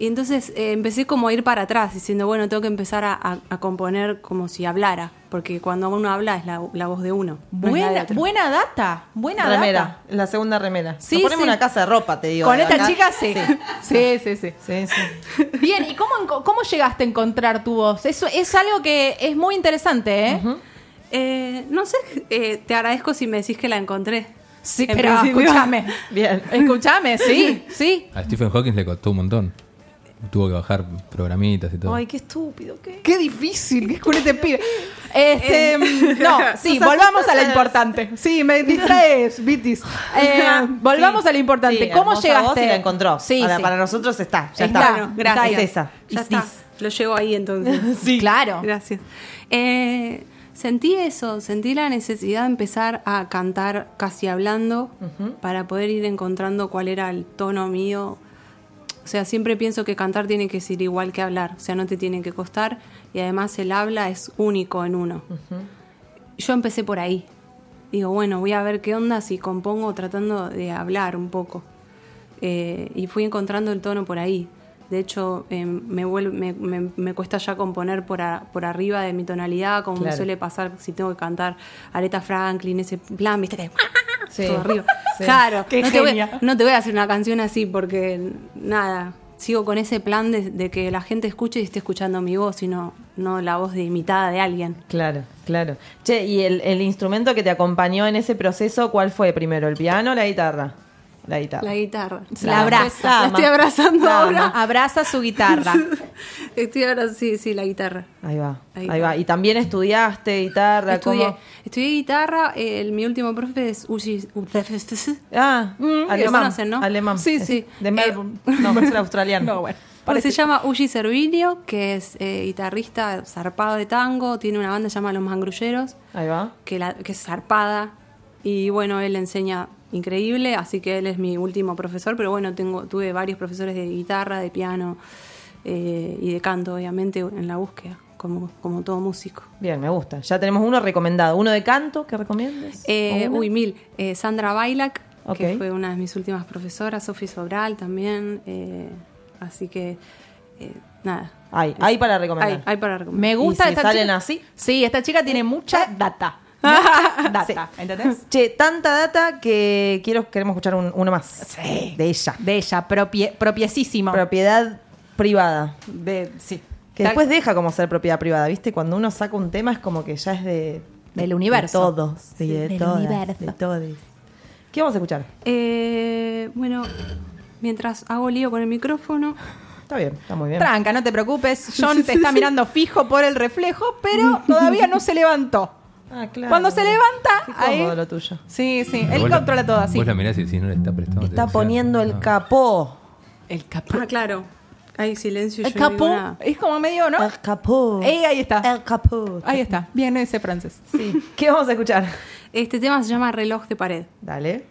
[SPEAKER 5] Y entonces eh, empecé como a ir para atrás Diciendo, bueno, tengo que empezar a, a- a componer Como si hablara, porque cuando uno habla Es la, la voz de uno no es la de
[SPEAKER 3] buena,
[SPEAKER 5] otro.
[SPEAKER 3] buena data. Buena
[SPEAKER 2] Remera,
[SPEAKER 3] data.
[SPEAKER 2] la segunda remera.
[SPEAKER 3] Sí,
[SPEAKER 2] Nos ponemos
[SPEAKER 3] sí.
[SPEAKER 2] una casa de ropa, te digo.
[SPEAKER 3] Con
[SPEAKER 2] de
[SPEAKER 3] esta
[SPEAKER 2] acá.
[SPEAKER 3] chica sí. Sí, sí, sí.
[SPEAKER 2] Sí, sí.
[SPEAKER 3] Bien, ¿y cómo, enco- cómo llegaste a encontrar tu voz? Eso es algo que es muy interesante, ¿eh?
[SPEAKER 5] Eh, no sé, eh, te agradezco si me decís que la encontré.
[SPEAKER 3] Sí,
[SPEAKER 5] En
[SPEAKER 3] pero
[SPEAKER 5] principio.
[SPEAKER 3] escúchame.
[SPEAKER 2] Bien.
[SPEAKER 3] Escúchame, sí, sí.
[SPEAKER 4] A Stephen Hawking le costó un montón. Tuvo que bajar programitas y todo.
[SPEAKER 2] Ay, qué estúpido, qué.
[SPEAKER 3] Qué difícil, qué con este pibe. Este, no, sí,
[SPEAKER 2] Nos
[SPEAKER 3] volvamos a lo
[SPEAKER 2] asustas a-
[SPEAKER 3] importante. Sí, me distraes, Vitis. Eh, volvamos
[SPEAKER 2] Sí.
[SPEAKER 3] a lo importante.
[SPEAKER 2] Sí,
[SPEAKER 3] ¿Cómo
[SPEAKER 2] hermosa voz
[SPEAKER 3] llegaste?
[SPEAKER 2] y la encontró.
[SPEAKER 3] Sí,
[SPEAKER 2] Ahora,
[SPEAKER 3] sí.
[SPEAKER 2] Para nosotros está. Ya
[SPEAKER 3] Está,
[SPEAKER 2] está.
[SPEAKER 5] Bueno, gracias.
[SPEAKER 2] Es esa.
[SPEAKER 5] Ya
[SPEAKER 2] Is
[SPEAKER 5] está.
[SPEAKER 2] this.
[SPEAKER 5] Lo llevo ahí entonces.
[SPEAKER 3] Claro.
[SPEAKER 5] Gracias. Eh, sentí eso, sentí la necesidad de empezar a cantar casi hablando para poder ir encontrando cuál era el tono mío. O sea, siempre pienso que cantar tiene que ser igual que hablar, o sea, no te tiene que costar y además el habla es único en uno. Yo empecé por ahí. Digo, bueno, voy a ver qué onda si compongo tratando de hablar un poco. Eh, y fui encontrando el tono por ahí. De hecho, eh, me, vuel- me, me- me cuesta ya componer por, a- por arriba de mi tonalidad, como me
[SPEAKER 2] Claro.
[SPEAKER 5] suele pasar si tengo que cantar Aretha Franklin, ese plan, viste que
[SPEAKER 2] Sí.
[SPEAKER 5] todo arriba.
[SPEAKER 2] Sí.
[SPEAKER 5] Claro,
[SPEAKER 3] Qué
[SPEAKER 5] no, te voy,
[SPEAKER 3] genia.
[SPEAKER 5] no te voy a hacer una canción así porque nada, sigo con ese plan de, de que la gente escuche y esté escuchando mi voz, sino no la voz de imitada de alguien.
[SPEAKER 2] Claro, claro. Che, ¿y el, el instrumento que te acompañó en ese proceso, cuál fue primero, el piano o la guitarra? La guitarra.
[SPEAKER 5] La guitarra.
[SPEAKER 3] La abraza.
[SPEAKER 5] La estoy abrazando
[SPEAKER 2] Dama.
[SPEAKER 5] ahora.
[SPEAKER 3] Abraza su guitarra.
[SPEAKER 5] Estoy abrazando, sí, sí, la guitarra.
[SPEAKER 2] Ahí va,
[SPEAKER 5] Ahí
[SPEAKER 2] ahí,
[SPEAKER 5] va.
[SPEAKER 2] va. Y también estudiaste guitarra,
[SPEAKER 5] Estudié,
[SPEAKER 2] ¿cómo?
[SPEAKER 5] estudié guitarra, eh, el- mi último profe es Uji. Uji-
[SPEAKER 2] Ah,
[SPEAKER 5] lo
[SPEAKER 2] alemán.
[SPEAKER 5] conocen, ¿no?
[SPEAKER 2] Alemán.
[SPEAKER 5] Sí,
[SPEAKER 2] Es
[SPEAKER 5] sí.
[SPEAKER 2] De Melbourne. no, es el australiano.
[SPEAKER 3] No, bueno.
[SPEAKER 5] Pues se llama Uji Servilio, que es eh, guitarrista zarpado de tango, tiene una banda llamada Los Mangrulleros.
[SPEAKER 2] Ahí va.
[SPEAKER 5] que, la- que es zarpada. Y bueno, él enseña increíble, así que él es mi último profesor, pero bueno, tengo, tuve varios profesores de guitarra, de piano eh, y de canto, obviamente, en la búsqueda, como, como todo músico.
[SPEAKER 2] Bien, me gusta. Ya tenemos uno recomendado. ¿Uno de canto que recomiendas?
[SPEAKER 5] Eh,
[SPEAKER 2] ¿O una?
[SPEAKER 5] uy, mil. Eh, Sandra Bailak, que
[SPEAKER 2] Ok.
[SPEAKER 5] fue una de mis últimas profesoras, Sofi Sobral también, eh, así que eh, nada.
[SPEAKER 2] Hay, hay para recomendar.
[SPEAKER 5] Hay, hay para recomendar.
[SPEAKER 3] Me gusta
[SPEAKER 2] ¿Y si
[SPEAKER 3] esta
[SPEAKER 2] salen
[SPEAKER 3] chica.
[SPEAKER 2] así?
[SPEAKER 3] Sí, esta chica tiene mucha data. Mucha data, Eh. ¿entendés?
[SPEAKER 2] Che, tanta data que quiero, queremos escuchar un- uno más.
[SPEAKER 3] Sí.
[SPEAKER 2] De ella.
[SPEAKER 3] De ella, propie, propiecísima.
[SPEAKER 2] Propiedad privada.
[SPEAKER 3] de, sí.
[SPEAKER 2] Que
[SPEAKER 3] Tal-
[SPEAKER 2] después deja como ser propiedad privada, ¿viste? Cuando uno saca un tema es como que ya es de...
[SPEAKER 3] Del
[SPEAKER 2] de
[SPEAKER 3] universo.
[SPEAKER 2] todos. sí, de
[SPEAKER 3] Del
[SPEAKER 2] todas,
[SPEAKER 3] universo.
[SPEAKER 2] De todes. ¿Qué vamos a escuchar?
[SPEAKER 5] Eh, bueno, mientras hago lío con el micrófono.
[SPEAKER 2] Está bien, está muy bien.
[SPEAKER 3] Tranca, no te preocupes. John te está mirando fijo por el reflejo, pero todavía no se levantó.
[SPEAKER 2] Ah, claro.
[SPEAKER 3] Cuando se levanta,
[SPEAKER 2] Qué
[SPEAKER 3] ahí-
[SPEAKER 2] cómodo lo tuyo.
[SPEAKER 3] Sí, sí.
[SPEAKER 4] Pero
[SPEAKER 3] Él
[SPEAKER 4] vos la-
[SPEAKER 3] controla todo así.
[SPEAKER 4] Vos la mirás y si no le está prestando
[SPEAKER 2] Está
[SPEAKER 4] atención.
[SPEAKER 2] poniendo el
[SPEAKER 4] No.
[SPEAKER 2] capó.
[SPEAKER 3] El capó.
[SPEAKER 5] Ah, claro. Hay silencio.
[SPEAKER 3] El
[SPEAKER 5] yo no digo
[SPEAKER 3] capó
[SPEAKER 5] nada.
[SPEAKER 3] Ah, es como medio, ¿no?
[SPEAKER 2] El capó.
[SPEAKER 3] Eh, ahí está.
[SPEAKER 2] El capó.
[SPEAKER 3] Ahí está. Bien ese francés.
[SPEAKER 2] Sí. ¿Qué vamos a escuchar?
[SPEAKER 5] Este tema se llama Reloj de pared.
[SPEAKER 2] Dale.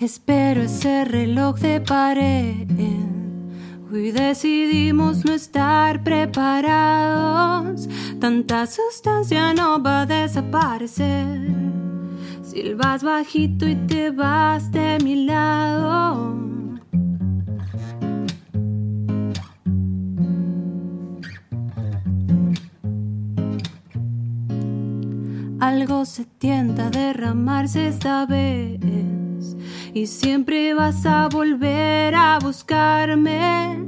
[SPEAKER 5] Espero ese reloj de pared. Hoy decidimos no estar preparados. Tanta sustancia no va a desaparecer. Silbas bajito y te vas de mi lado. Algo se tienta a derramarse esta vez. Y siempre vas a volver a buscarme.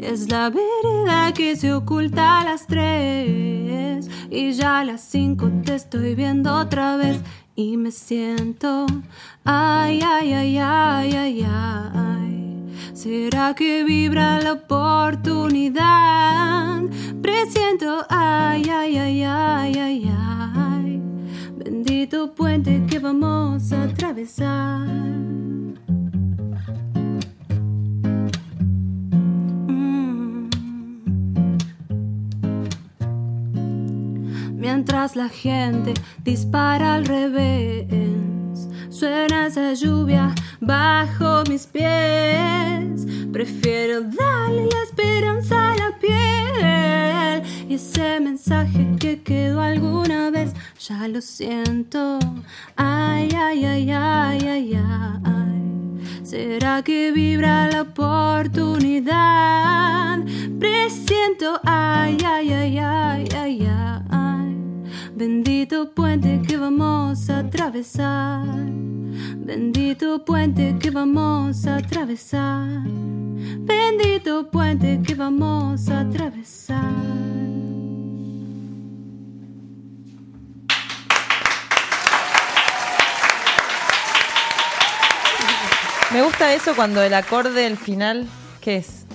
[SPEAKER 5] Es la vereda que se oculta a las tres. Y ya a las cinco te estoy viendo otra vez. Y me siento. Ay, ay, ay, ay, ay, ay. ¿Será que vibra la oportunidad? Presiento, ay, ay, ay, ay, ay, ay. Bendito puente que vamos a atravesar. Mm. Mientras la gente dispara al revés, suena esa lluvia bajo mis pies. Prefiero darle la esperanza a la piel. Y ese mensaje que quedó alguna vez, ya lo siento. Ay, ay, ay, ay, ay, ay. ¿Será que vibra la oportunidad? Presiento, ay, ay, ay, ay, ay, ay. Bendito puente que vamos a atravesar. Bendito puente que vamos a atravesar. Bendito puente que vamos a atravesar.
[SPEAKER 2] Me gusta eso cuando el acorde al final, ¿qué es?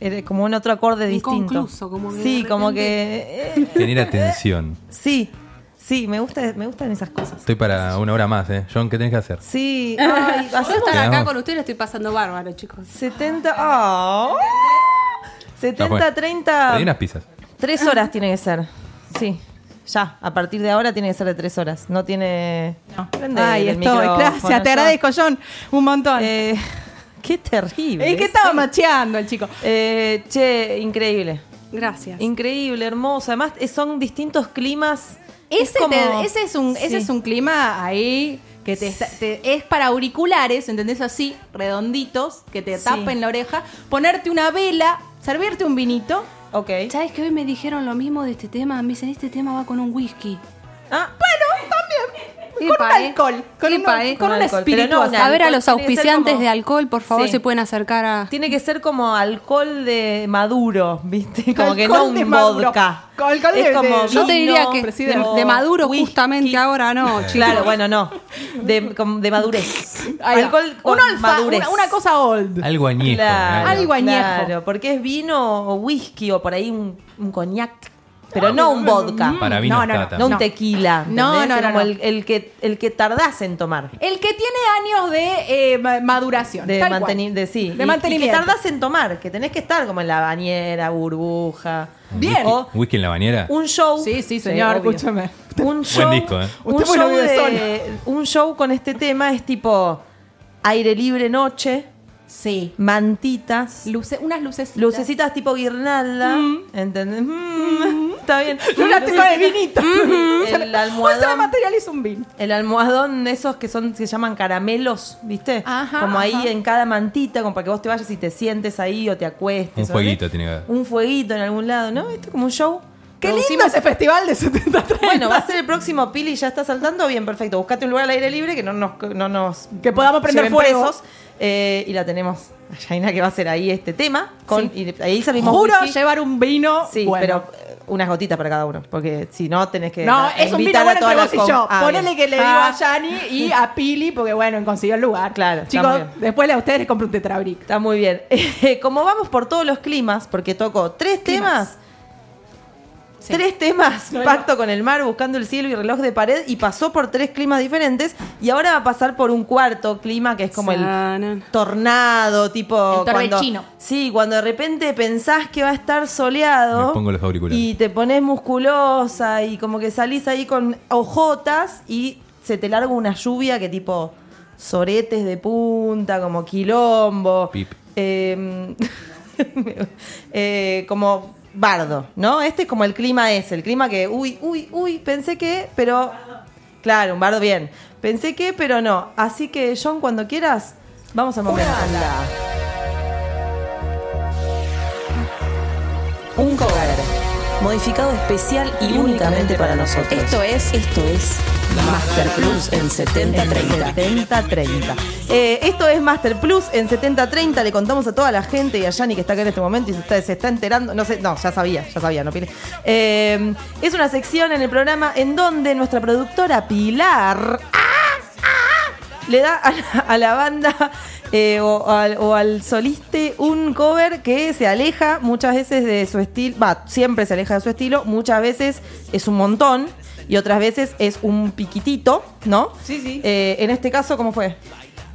[SPEAKER 2] Era Como un otro acorde distinto.
[SPEAKER 5] Inconcluso, como que
[SPEAKER 2] sí,
[SPEAKER 5] de
[SPEAKER 2] como que.
[SPEAKER 5] repente-
[SPEAKER 2] eh,
[SPEAKER 4] Genera tensión.
[SPEAKER 2] sí, sí, me, gusta, me gustan esas cosas.
[SPEAKER 4] Estoy para una hora más, ¿eh? John, ¿qué tenés que hacer?
[SPEAKER 2] Sí, ay,
[SPEAKER 5] Yo
[SPEAKER 2] hacemos
[SPEAKER 5] estar acá
[SPEAKER 4] Quedamos.
[SPEAKER 5] con ustedes la estoy pasando bárbaro, chicos.
[SPEAKER 2] 70. ah,
[SPEAKER 4] Ya fue.
[SPEAKER 2] 70, 30.
[SPEAKER 4] Te Ah, di unas pizzas.
[SPEAKER 2] Tres horas tiene que ser. Sí. Ya, a partir de ahora tiene que ser de tres horas. No tiene. Prende
[SPEAKER 3] Ay,
[SPEAKER 2] el
[SPEAKER 3] estoy.
[SPEAKER 2] micrófono,
[SPEAKER 3] Gracias, te
[SPEAKER 2] yo-
[SPEAKER 3] agradezco, John. Un montón.
[SPEAKER 2] Eh, qué terrible.
[SPEAKER 3] es que
[SPEAKER 2] eso.
[SPEAKER 3] estaba macheando el chico.
[SPEAKER 2] Eh, che, increíble.
[SPEAKER 5] Gracias.
[SPEAKER 2] Increíble, hermoso. Además, eh, son distintos climas.
[SPEAKER 3] Ese,
[SPEAKER 2] como-
[SPEAKER 3] te- ese es un,
[SPEAKER 2] Sí.
[SPEAKER 3] ese es un clima ahí que te, está- te- es para auriculares, ¿entendés? Así, redonditos, que te
[SPEAKER 2] Sí.
[SPEAKER 3] tapen la oreja, ponerte una vela, servirte un vinito.
[SPEAKER 2] Ok.
[SPEAKER 5] ¿Sabes que hoy me dijeron lo mismo de este tema? Me dicen, este tema va con un whisky.
[SPEAKER 2] Ah,
[SPEAKER 3] Con un
[SPEAKER 5] eh.
[SPEAKER 3] alcohol, con, un,
[SPEAKER 5] Epa, eh.
[SPEAKER 3] con
[SPEAKER 2] Con
[SPEAKER 3] un
[SPEAKER 2] alcohol, pero
[SPEAKER 3] espíritu.
[SPEAKER 2] no
[SPEAKER 3] así.
[SPEAKER 2] una-
[SPEAKER 5] A ver a los
[SPEAKER 2] Tiene que ser
[SPEAKER 5] auspiciantes
[SPEAKER 2] como-
[SPEAKER 5] de alcohol, por favor,
[SPEAKER 2] Sí.
[SPEAKER 5] se pueden acercar a...
[SPEAKER 2] tiene que ser como alcohol de maduro, ¿viste? Como que no
[SPEAKER 3] Alcohol de
[SPEAKER 2] un
[SPEAKER 3] maduro.
[SPEAKER 2] vodka.
[SPEAKER 3] Alcohol de-
[SPEAKER 2] Es como
[SPEAKER 3] de-
[SPEAKER 5] Yo te diría que
[SPEAKER 3] presidente.
[SPEAKER 5] de, de maduro
[SPEAKER 2] whisky.
[SPEAKER 5] justamente ahora no, chicos.
[SPEAKER 2] Claro, bueno, no. De, como de madurez.
[SPEAKER 3] Ahí va.
[SPEAKER 2] Alcohol con
[SPEAKER 3] Un olfa-
[SPEAKER 2] madurez.
[SPEAKER 3] Una, una cosa old.
[SPEAKER 4] Algo añejo.
[SPEAKER 2] Claro,
[SPEAKER 4] algo.
[SPEAKER 3] Algo añejo.
[SPEAKER 2] Claro, porque es vino o whisky o por ahí un, un coñac. Pero no un vodka.
[SPEAKER 4] Para mí no
[SPEAKER 3] No, no,
[SPEAKER 4] está
[SPEAKER 3] Ah, no,
[SPEAKER 4] tan-
[SPEAKER 2] No un tequila.
[SPEAKER 3] No, no,
[SPEAKER 2] ¿entendés?
[SPEAKER 3] no,
[SPEAKER 2] Como
[SPEAKER 3] no.
[SPEAKER 2] El, el que, el que tardás en tomar.
[SPEAKER 3] El que tiene años de eh, ma- maduración.
[SPEAKER 2] De
[SPEAKER 3] tal cual.
[SPEAKER 2] mantenimiento. De, sí.
[SPEAKER 3] De
[SPEAKER 2] Y-
[SPEAKER 3] mantenimiento.
[SPEAKER 2] Y que tardás en tomar, que tenés que estar como en la bañera, burbuja.
[SPEAKER 3] Bien.
[SPEAKER 2] O
[SPEAKER 4] ¿Whisky en la bañera?
[SPEAKER 2] un show.
[SPEAKER 3] Sí, sí, señor,
[SPEAKER 2] obvio.
[SPEAKER 3] escúchame.
[SPEAKER 2] Un show,
[SPEAKER 4] disco, ¿eh?
[SPEAKER 2] un,
[SPEAKER 3] Usted fue
[SPEAKER 2] show
[SPEAKER 3] novio de
[SPEAKER 2] de- un show con este tema es tipo aire libre noche,
[SPEAKER 3] Sí.
[SPEAKER 2] mantitas,
[SPEAKER 3] Luce, unas luces.
[SPEAKER 2] lucecitas tipo guirnalda, ¿entendés? Mm, Está bien.
[SPEAKER 3] Una tipa de vinito.
[SPEAKER 2] El
[SPEAKER 3] Un solo
[SPEAKER 2] almohadón,
[SPEAKER 3] material es un vino.
[SPEAKER 2] el almohadón de esos que son se llaman caramelos, ¿viste?
[SPEAKER 3] Ajá,
[SPEAKER 2] como ahí
[SPEAKER 3] ajá.
[SPEAKER 2] en cada mantita, como para que vos te vayas y te sientes ahí o te acuestes.
[SPEAKER 4] Un
[SPEAKER 2] ¿o
[SPEAKER 4] fueguito
[SPEAKER 2] qué?
[SPEAKER 4] tiene que haber.
[SPEAKER 2] Un fueguito en algún lado, ¿no? Esto es como un show.
[SPEAKER 3] Qué lindo
[SPEAKER 2] Producimos-
[SPEAKER 3] ese festival de 73.
[SPEAKER 2] Bueno, va a ser el próximo Pili, ya está saltando, bien, perfecto. Buscate un lugar al aire libre que no nos... No nos
[SPEAKER 3] Que podamos prender
[SPEAKER 2] lleven
[SPEAKER 3] fuego.
[SPEAKER 2] presos. Eh, y la tenemos a Yaina que va a hacer ahí este tema. Con,
[SPEAKER 3] Sí.
[SPEAKER 2] y ahí salimos
[SPEAKER 3] Juro
[SPEAKER 2] whisky.
[SPEAKER 3] llevar un vino.
[SPEAKER 2] Sí,
[SPEAKER 3] bueno.
[SPEAKER 2] pero eh, unas gotitas para cada uno, porque si no tenés que
[SPEAKER 3] No,
[SPEAKER 2] la-
[SPEAKER 3] es un vino
[SPEAKER 2] invitar
[SPEAKER 3] bueno entre
[SPEAKER 2] todas
[SPEAKER 3] vos y
[SPEAKER 2] las com-
[SPEAKER 3] yo.
[SPEAKER 2] Ah, bien.
[SPEAKER 3] Ponele que le digo
[SPEAKER 2] Ah,
[SPEAKER 3] a Yani y a Pili, porque bueno, consiguió el lugar.
[SPEAKER 2] Claro,
[SPEAKER 3] Chicos,
[SPEAKER 2] también.
[SPEAKER 3] después a ustedes les compro un tetrabric.
[SPEAKER 2] Está muy bien. Como vamos por todos los climas, porque toco tres
[SPEAKER 3] Climas.
[SPEAKER 2] temas. Tres temas,
[SPEAKER 3] No, no.
[SPEAKER 2] Pacto con el Mar, Buscando el Cielo y Reloj de Pared, y pasó por tres climas diferentes, y ahora va a pasar por un cuarto clima que es como el
[SPEAKER 5] Sanan.
[SPEAKER 2] tornado, tipo...
[SPEAKER 3] El
[SPEAKER 2] cuando-
[SPEAKER 3] torbellino.
[SPEAKER 2] Sí, cuando de repente pensás que va a estar soleado...
[SPEAKER 4] Me pongo los auriculares.
[SPEAKER 2] Y te pones musculosa, y como que salís ahí con ojotas, y se te larga una lluvia que tipo... Soretes de punta, como quilombo.
[SPEAKER 4] Pip.
[SPEAKER 2] Eh, eh, como bardo, ¿no? Este es como el clima ese, el clima que, uy, uy, uy, pensé que, pero... Claro, un bardo bien. Pensé que, pero no. Así que, John, cuando quieras, vamos al momento.
[SPEAKER 1] Un cover. Modificado especial y únicamente para nosotros. Esto es. Esto es. Master Plus en 7030.
[SPEAKER 2] 70-30. Eh, esto es Master Plus en 70-30. Le contamos a toda la gente y a Yani que está acá en este momento y se está, se está enterando. No sé, no, ya sabía, ya sabía, no Pile. Eh, es una sección en el programa en donde nuestra productora Pilar ah, le da a la, a la banda eh, o, al, o al soliste un cover que se aleja muchas veces de su estilo, va, siempre se aleja de su estilo, muchas veces es un montón y otras veces es un piquitito, ¿no?
[SPEAKER 5] Sí, sí.
[SPEAKER 2] Eh, en este caso, ¿cómo fue?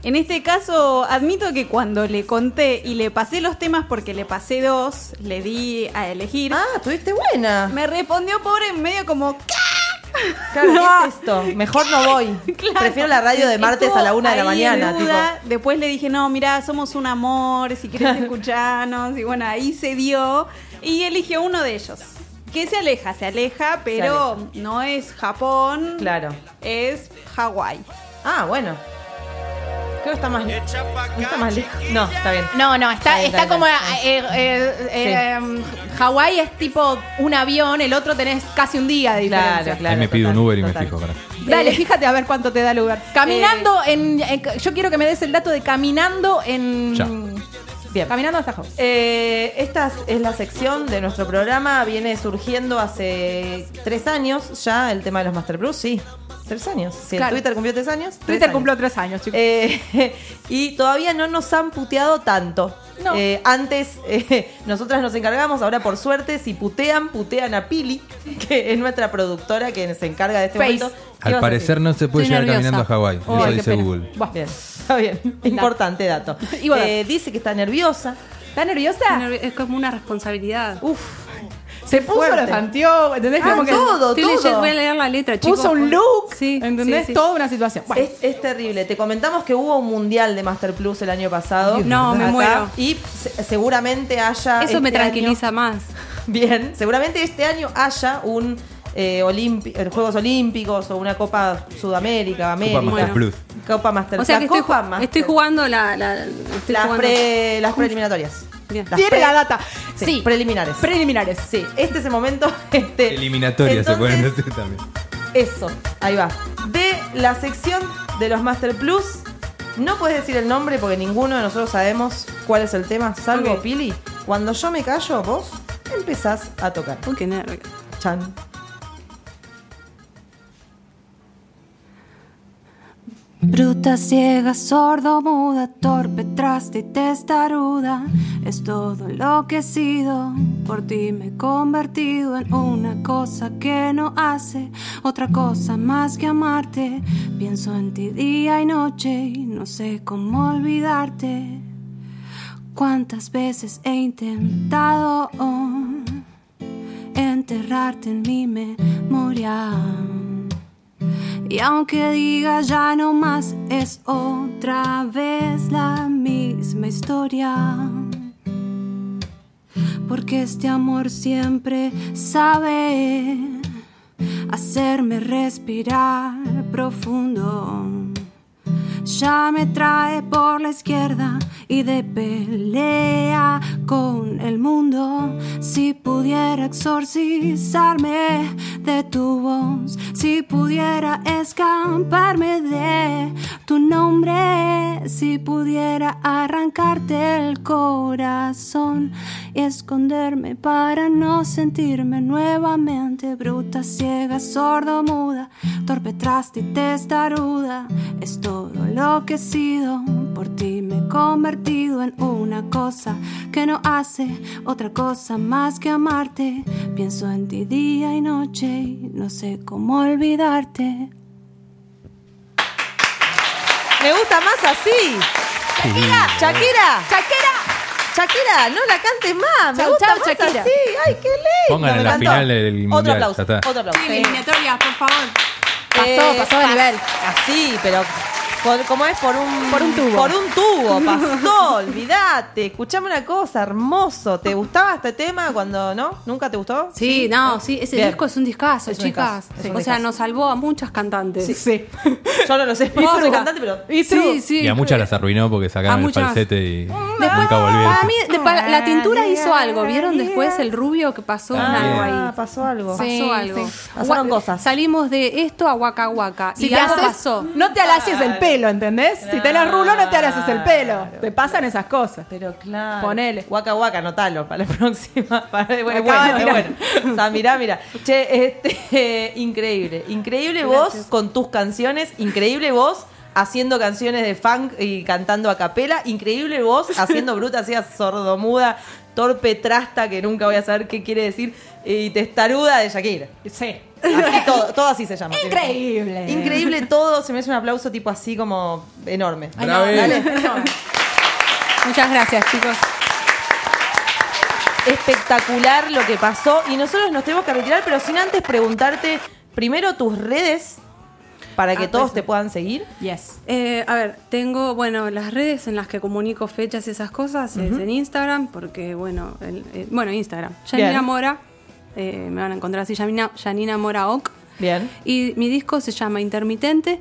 [SPEAKER 5] En este caso, admito que cuando le conté y le pasé los temas, porque le pasé dos, le di a elegir,
[SPEAKER 2] Ah, tuviste buena.
[SPEAKER 5] me respondió pobre en medio como, ¿qué?
[SPEAKER 2] Claro, ¿qué es esto? Mejor no voy.
[SPEAKER 5] Claro.
[SPEAKER 2] Prefiero la radio de martes
[SPEAKER 5] Estuvo
[SPEAKER 2] a la una de la
[SPEAKER 5] ahí en
[SPEAKER 2] mañana. tipo.
[SPEAKER 5] duda. Después le dije, no, mirá, somos un amor, si querés escucharnos. Y bueno, ahí se dio. Y eligió uno de ellos. Que se aleja, se aleja, pero no es Japón.
[SPEAKER 2] Claro.
[SPEAKER 5] Es Hawái.
[SPEAKER 2] Ah, bueno. Creo que está más. Está más lejos. No, está bien.
[SPEAKER 3] No, no, está,
[SPEAKER 2] Está bien,
[SPEAKER 3] está,
[SPEAKER 2] está bien,
[SPEAKER 3] como.
[SPEAKER 2] está
[SPEAKER 3] eh, eh, eh, Hawái es tipo un avión, el otro tenés casi un día de diferencia.
[SPEAKER 2] Claro, claro.
[SPEAKER 4] Ahí me pido un
[SPEAKER 2] total,
[SPEAKER 4] Uber y me
[SPEAKER 2] total.
[SPEAKER 4] fijo, para.
[SPEAKER 3] Dale, fíjate a ver cuánto te da el Uber. Caminando en, eh, Yo quiero que me des el dato de caminando en.
[SPEAKER 4] Ya.
[SPEAKER 2] Bien.
[SPEAKER 3] Caminando hasta Hawái.
[SPEAKER 2] Eh, esta es la sección de nuestro programa, viene surgiendo hace tres años ya el tema de los Master Plus, sí, tres años. Si el
[SPEAKER 3] Claro.
[SPEAKER 2] Twitter cumplió tres años. tres
[SPEAKER 3] Twitter
[SPEAKER 2] años.
[SPEAKER 3] cumplió tres años, chicos.
[SPEAKER 2] Eh, y todavía no nos han puteado tanto.
[SPEAKER 3] No.
[SPEAKER 2] Eh, antes eh, nosotras nos encargamos, ahora por suerte, si putean, putean a Pili, que es nuestra productora que se encarga de este
[SPEAKER 3] Face.
[SPEAKER 2] momento. ¿Qué
[SPEAKER 4] Al
[SPEAKER 2] vas a decir?
[SPEAKER 4] parecer no se puede
[SPEAKER 5] Estoy
[SPEAKER 4] llegar caminando a
[SPEAKER 5] nerviosa.
[SPEAKER 4] Hawái.
[SPEAKER 2] Oh,
[SPEAKER 4] eso
[SPEAKER 2] qué
[SPEAKER 4] dice
[SPEAKER 2] pena.
[SPEAKER 4] Google.
[SPEAKER 3] Buah.
[SPEAKER 2] Bien, está bien. Importante dato.
[SPEAKER 3] Y bueno.
[SPEAKER 2] Eh, dice que está nerviosa.
[SPEAKER 3] ¿Está nerviosa?
[SPEAKER 5] Es como una responsabilidad.
[SPEAKER 2] Uf,
[SPEAKER 3] Se puso
[SPEAKER 2] fuerte.
[SPEAKER 3] los anteojos, ¿entendés?
[SPEAKER 2] Ah,
[SPEAKER 3] Como que
[SPEAKER 2] todo,
[SPEAKER 5] Estoy
[SPEAKER 2] todo.
[SPEAKER 5] leyendo- voy a leer la letra, chicos.
[SPEAKER 3] Puso un look,
[SPEAKER 5] Sí,
[SPEAKER 3] ¿entendés?
[SPEAKER 5] sí, sí.
[SPEAKER 3] Toda una situación. Bueno,
[SPEAKER 2] Es, es terrible. Te comentamos que hubo un mundial de Master Plus el año pasado.
[SPEAKER 5] No, me muero.
[SPEAKER 2] Y se- seguramente haya.
[SPEAKER 5] Eso me
[SPEAKER 2] este año-
[SPEAKER 5] tranquiliza más.
[SPEAKER 2] bien. Seguramente este año haya un. eh, olímpi- eh, Juegos Olímpicos o una Copa Sudamérica, América.
[SPEAKER 4] Master Plus.
[SPEAKER 2] Copa Master
[SPEAKER 5] O sea
[SPEAKER 2] la
[SPEAKER 5] que estoy,
[SPEAKER 2] Copa
[SPEAKER 5] ju-
[SPEAKER 2] Master.
[SPEAKER 5] estoy jugando la... la- estoy
[SPEAKER 2] las,
[SPEAKER 5] jugando-
[SPEAKER 2] pre- las preliminatorias.
[SPEAKER 5] Bien.
[SPEAKER 2] Las
[SPEAKER 3] tiene
[SPEAKER 2] pre-
[SPEAKER 3] la data. Sí.
[SPEAKER 2] sí, preliminares.
[SPEAKER 3] Preliminares.
[SPEAKER 2] sí, este es el momento. Este,
[SPEAKER 4] Eliminatoria se pueden
[SPEAKER 2] Entonces,
[SPEAKER 4] hacer también.
[SPEAKER 2] Eso, ahí va. De la sección de los Master Plus, no puedes decir el nombre porque ninguno de nosotros sabemos cuál es el tema, salvo
[SPEAKER 5] Ok.
[SPEAKER 2] Pili. Cuando yo me callo, vos empezás a tocar.
[SPEAKER 5] Uy, qué nervios.
[SPEAKER 2] Chan.
[SPEAKER 5] Bruta, ciega, sordo, muda, torpe, traste y testaruda. Es todo lo que he sido. Por ti me he convertido en una cosa que no hace otra cosa más que amarte. Pienso en ti día y noche y no sé cómo olvidarte. Cuántas veces he intentado enterrarte en mi memoria. Y aunque diga ya no más, es otra vez la misma historia. Porque este amor siempre sabe hacerme respirar profundo. Ya me trae por la izquierda y de pelea con el mundo. Si pudiera pudiera exorcizarme de tu voz, si pudiera escamparme de tu nombre, si pudiera arrancarte el corazón y esconderme para no sentirme nuevamente bruta, ciega, sordo, muda, torpe, traste y testaruda, es todo lo que he sido por ti me he convertido en una cosa que no hace otra cosa más que amarte. Pienso en ti día y noche y no sé cómo olvidarte.
[SPEAKER 2] Me gusta más así. Shakira, Shakira,
[SPEAKER 3] ¡Chaquera!
[SPEAKER 2] Shakira, no la cantes más. Me
[SPEAKER 3] Chau,
[SPEAKER 2] gusta
[SPEAKER 3] chau,
[SPEAKER 2] más
[SPEAKER 3] Shakira.
[SPEAKER 2] así. Ay, qué lindo.
[SPEAKER 4] Pónganla
[SPEAKER 2] me
[SPEAKER 4] en la
[SPEAKER 2] encantó.
[SPEAKER 4] final del
[SPEAKER 2] Otro
[SPEAKER 4] Mundial,
[SPEAKER 2] aplauso,
[SPEAKER 4] ya está.
[SPEAKER 2] otro aplauso. Sí.
[SPEAKER 5] eliminatorias, por favor.
[SPEAKER 3] Pasó, pasó de
[SPEAKER 2] Eh, pas-
[SPEAKER 3] nivel.
[SPEAKER 2] Así, pero por- como es por un
[SPEAKER 3] Por un tubo.
[SPEAKER 2] Por un tubo, pasó, olvídate. Escuchame una cosa, hermoso. ¿Te gustaba este tema cuando no? ¿Nunca te gustó?
[SPEAKER 5] Sí, no, sí, ese
[SPEAKER 2] Bien.
[SPEAKER 5] disco es un discazo,
[SPEAKER 2] Es un
[SPEAKER 5] chicas.
[SPEAKER 2] discazo, es un
[SPEAKER 5] o sea,
[SPEAKER 2] discazo.
[SPEAKER 5] nos salvó a muchas cantantes.
[SPEAKER 3] Sí.
[SPEAKER 2] Yo no lo sé, no soy cantante, pero
[SPEAKER 5] Sí, sí.
[SPEAKER 4] Y a muchas las arruinó porque
[SPEAKER 5] A
[SPEAKER 4] sacaron el
[SPEAKER 5] muchas.
[SPEAKER 4] falsete y
[SPEAKER 2] Mm,
[SPEAKER 5] Después,
[SPEAKER 4] nunca volvieron.
[SPEAKER 5] para mí, de- para- la tintura hizo algo. ¿Vieron después el rubio que pasó en
[SPEAKER 4] También.
[SPEAKER 5] algo ahí?
[SPEAKER 2] Ah, pasó algo.
[SPEAKER 5] Pasó
[SPEAKER 3] Sí,
[SPEAKER 5] algo.
[SPEAKER 3] sí.
[SPEAKER 2] Pasaron
[SPEAKER 5] Gua-
[SPEAKER 2] cosas.
[SPEAKER 5] Salimos de esto a Waka Waka.
[SPEAKER 3] Si
[SPEAKER 5] y
[SPEAKER 3] te
[SPEAKER 5] algo
[SPEAKER 3] haces-
[SPEAKER 5] pasó.
[SPEAKER 3] No te alaces el pelo, ¿entendés? Si te las rulo, no te alaces el pelo.
[SPEAKER 2] Claro.
[SPEAKER 3] Te pasan esas cosas.
[SPEAKER 2] Pero claro.
[SPEAKER 3] Ponele.
[SPEAKER 2] Guaca, guaca, anotalo para la próxima. Para, es bueno, es
[SPEAKER 3] Acaba
[SPEAKER 2] bueno,
[SPEAKER 3] de
[SPEAKER 2] es bueno. O sea, mirá, mirá. Che, este, increíble. Increíble vos con tus canciones. Increíble vos haciendo canciones de funk y cantando a capela. Increíble vos haciendo bruta, así sordomuda, torpe, trasta, que nunca voy a saber qué quiere decir. Y testaruda de Shakira.
[SPEAKER 3] Sí.
[SPEAKER 2] Así, todo, todo así se llama.
[SPEAKER 3] Increíble.
[SPEAKER 2] Increíble todo. Se me hace un aplauso tipo así como enorme.
[SPEAKER 4] Bravo.
[SPEAKER 5] Muchas gracias, chicos.
[SPEAKER 2] espectacular lo que pasó y nosotros nos tenemos que retirar, pero sin antes preguntarte primero tus redes para que
[SPEAKER 5] Ah,
[SPEAKER 2] todos
[SPEAKER 5] pues,
[SPEAKER 2] te puedan seguir.
[SPEAKER 3] Yes.
[SPEAKER 5] Eh, a ver, tengo, bueno, las redes en las que comunico fechas y esas cosas es en Instagram, porque, bueno, el- eh, bueno, Instagram. Yanina
[SPEAKER 2] Bien.
[SPEAKER 5] Mora, eh, me van a encontrar así, Yanina, Yanina Mora Oc.
[SPEAKER 2] Bien.
[SPEAKER 5] Y mi disco se llama Intermitente.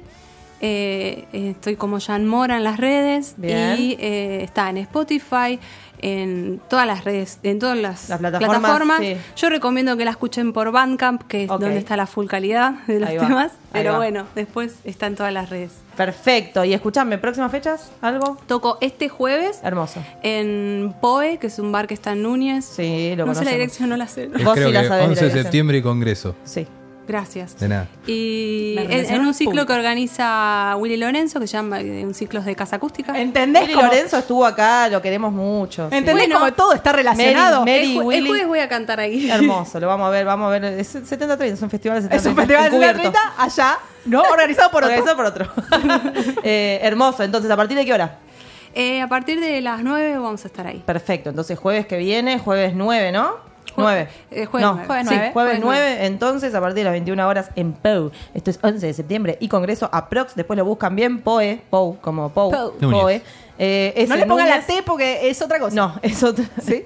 [SPEAKER 5] eh, eh, estoy como Jan Mora en las redes
[SPEAKER 2] Bien.
[SPEAKER 5] y eh, está en Spotify, en todas las redes, en todas las,
[SPEAKER 2] Las plataformas, sí.
[SPEAKER 5] Yo recomiendo que la escuchen por Bandcamp, que es
[SPEAKER 2] Ok.
[SPEAKER 5] donde está la full calidad de los
[SPEAKER 2] Ahí va,
[SPEAKER 5] temas.
[SPEAKER 2] ahí
[SPEAKER 5] Pero
[SPEAKER 2] va.
[SPEAKER 5] bueno, después está en todas las redes.
[SPEAKER 2] Perfecto. Y escuchame, próximas fechas, algo
[SPEAKER 5] Toco este jueves
[SPEAKER 2] hermoso.
[SPEAKER 5] en Poe, que es un bar que está en Núñez.
[SPEAKER 2] Sí, lo
[SPEAKER 5] no sé la
[SPEAKER 2] conocemos.
[SPEAKER 5] dirección, no la sé.
[SPEAKER 4] Es
[SPEAKER 2] Vos
[SPEAKER 4] creo
[SPEAKER 2] sí la
[SPEAKER 4] que
[SPEAKER 2] sabés,
[SPEAKER 4] 11 de
[SPEAKER 2] Miguel.
[SPEAKER 4] septiembre y congreso.
[SPEAKER 2] Sí.
[SPEAKER 5] Gracias.
[SPEAKER 4] De nada.
[SPEAKER 5] Y
[SPEAKER 3] La
[SPEAKER 5] en,
[SPEAKER 3] relación
[SPEAKER 5] en un ciclo
[SPEAKER 3] pública.
[SPEAKER 5] que organiza Willy Lorenzo, que se llama eh, un ciclo de casa acústica.
[SPEAKER 3] ¿Entendés
[SPEAKER 2] Mary
[SPEAKER 3] cómo,
[SPEAKER 2] Lorenzo estuvo acá, lo queremos mucho. sí.
[SPEAKER 3] ¿entendés
[SPEAKER 5] Bueno.
[SPEAKER 3] cómo todo está relacionado?
[SPEAKER 2] Mary, Mary.
[SPEAKER 5] el, ju- el
[SPEAKER 2] Willy.
[SPEAKER 5] jueves voy a cantar ahí.
[SPEAKER 2] Hermoso, lo vamos a ver, vamos a ver. Es 70-30, es un festival de 70-30.
[SPEAKER 3] Es un festival de
[SPEAKER 2] encubierto.
[SPEAKER 3] 70 allá, ¿no? Organizado por otro.
[SPEAKER 2] Organizado por otro. Eh, hermoso, entonces, ¿a partir de qué hora?
[SPEAKER 5] Eh, a partir de las 9 vamos a estar ahí.
[SPEAKER 2] Perfecto, entonces jueves que viene, jueves 9, ¿no?
[SPEAKER 5] Jue-
[SPEAKER 2] 9.
[SPEAKER 5] eh, jueves
[SPEAKER 2] No, sí,
[SPEAKER 5] nueve. Jueves nueve,
[SPEAKER 2] jueves
[SPEAKER 5] jueves
[SPEAKER 2] 9, entonces a partir de las 21 horas en POU. Esto es 11 de septiembre y Congreso APROX. Después lo buscan bien, POE, POU, como POU,
[SPEAKER 3] POU.
[SPEAKER 4] Núñez.
[SPEAKER 2] POE. Eh, es
[SPEAKER 3] No
[SPEAKER 2] en
[SPEAKER 3] le pongan la
[SPEAKER 2] Núñez.
[SPEAKER 3] T porque es otra cosa.
[SPEAKER 2] No, es otra.
[SPEAKER 3] Sí.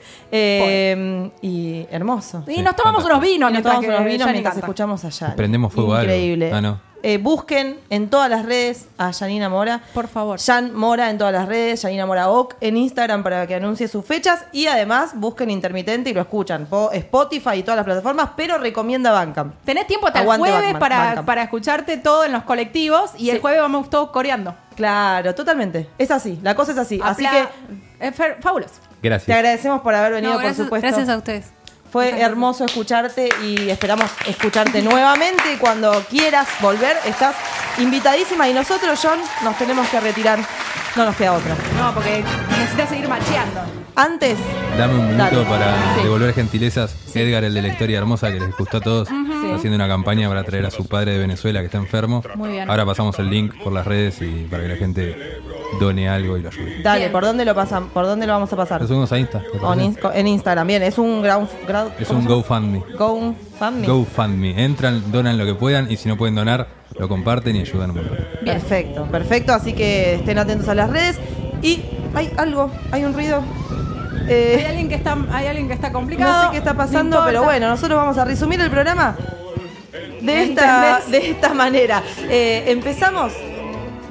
[SPEAKER 2] Eh, y hermoso.
[SPEAKER 3] Y
[SPEAKER 4] Sí,
[SPEAKER 3] nos tomamos unos
[SPEAKER 2] Y
[SPEAKER 4] fantástico.
[SPEAKER 2] nos
[SPEAKER 3] vinos mientras
[SPEAKER 2] tomamos unos
[SPEAKER 3] que
[SPEAKER 2] vinos
[SPEAKER 3] Yanni
[SPEAKER 2] mientras
[SPEAKER 3] canta.
[SPEAKER 2] escuchamos allá.
[SPEAKER 4] Prendemos fuego a algo.
[SPEAKER 2] Increíble.
[SPEAKER 4] Ah, no.
[SPEAKER 2] Eh, busquen en todas las redes a Janina Mora.
[SPEAKER 3] Por favor.
[SPEAKER 2] Jan Mora en todas las redes, Janina Mora Oc en Instagram para que anuncie sus fechas y además busquen intermitente y lo escuchan por Spotify y todas las plataformas, pero recomienda Bandcamp.
[SPEAKER 3] Tenés tiempo hasta el
[SPEAKER 2] Aguante
[SPEAKER 3] jueves
[SPEAKER 2] Batman,
[SPEAKER 3] para,
[SPEAKER 2] Bandcamp.
[SPEAKER 3] para escucharte todo en los colectivos y el jueves vamos todos coreando.
[SPEAKER 2] Claro, totalmente. Es así, la cosa es así. Así que
[SPEAKER 3] Apla- Es Eh, fer- fabuloso.
[SPEAKER 2] te
[SPEAKER 4] Gracias.
[SPEAKER 2] agradecemos por haber venido,
[SPEAKER 5] No,
[SPEAKER 2] por
[SPEAKER 5] gracias,
[SPEAKER 2] supuesto.
[SPEAKER 5] gracias a ustedes.
[SPEAKER 2] Fue hermoso escucharte y esperamos escucharte nuevamente. Y Cuando quieras volver, estás invitadísima. Y nosotros, John, nos tenemos que retirar. No nos queda otra.
[SPEAKER 3] No, porque necesitas seguir macheando.
[SPEAKER 2] Antes,
[SPEAKER 4] Dame un minuto
[SPEAKER 2] Dale.
[SPEAKER 4] para
[SPEAKER 2] Sí.
[SPEAKER 4] devolver gentilezas. Edgar, el de la historia hermosa que les gustó a todos, está haciendo una campaña para traer a su padre de Venezuela que está enfermo.
[SPEAKER 3] Muy bien.
[SPEAKER 4] Ahora pasamos el link por las redes y para que la gente done algo y lo ayude.
[SPEAKER 2] dale, ¿por dónde lo pasan? ¿Por dónde lo vamos a pasar?
[SPEAKER 4] Lo subimos a Insta. ¿te
[SPEAKER 2] O En,
[SPEAKER 4] parece?
[SPEAKER 2] Insta- en Instagram, bien. Es un ground, ground-
[SPEAKER 4] Es
[SPEAKER 2] ¿cómo
[SPEAKER 4] un
[SPEAKER 2] se llama?
[SPEAKER 4] GoFundMe.
[SPEAKER 2] GoFundMe.
[SPEAKER 4] GoFundMe. Entran, donan lo que puedan y si no pueden donar, lo comparten y ayudan un montón.
[SPEAKER 2] Perfecto, perfecto. Así que estén atentos a las redes. Y hay algo, hay un ruido. Eh,
[SPEAKER 3] Hay alguien que está, hay alguien que está complicado.
[SPEAKER 2] No sé qué está
[SPEAKER 3] no
[SPEAKER 2] pasando,
[SPEAKER 3] importa.
[SPEAKER 2] pero bueno, nosotros vamos a resumir el programa de esta, de esta manera. Eh, empezamos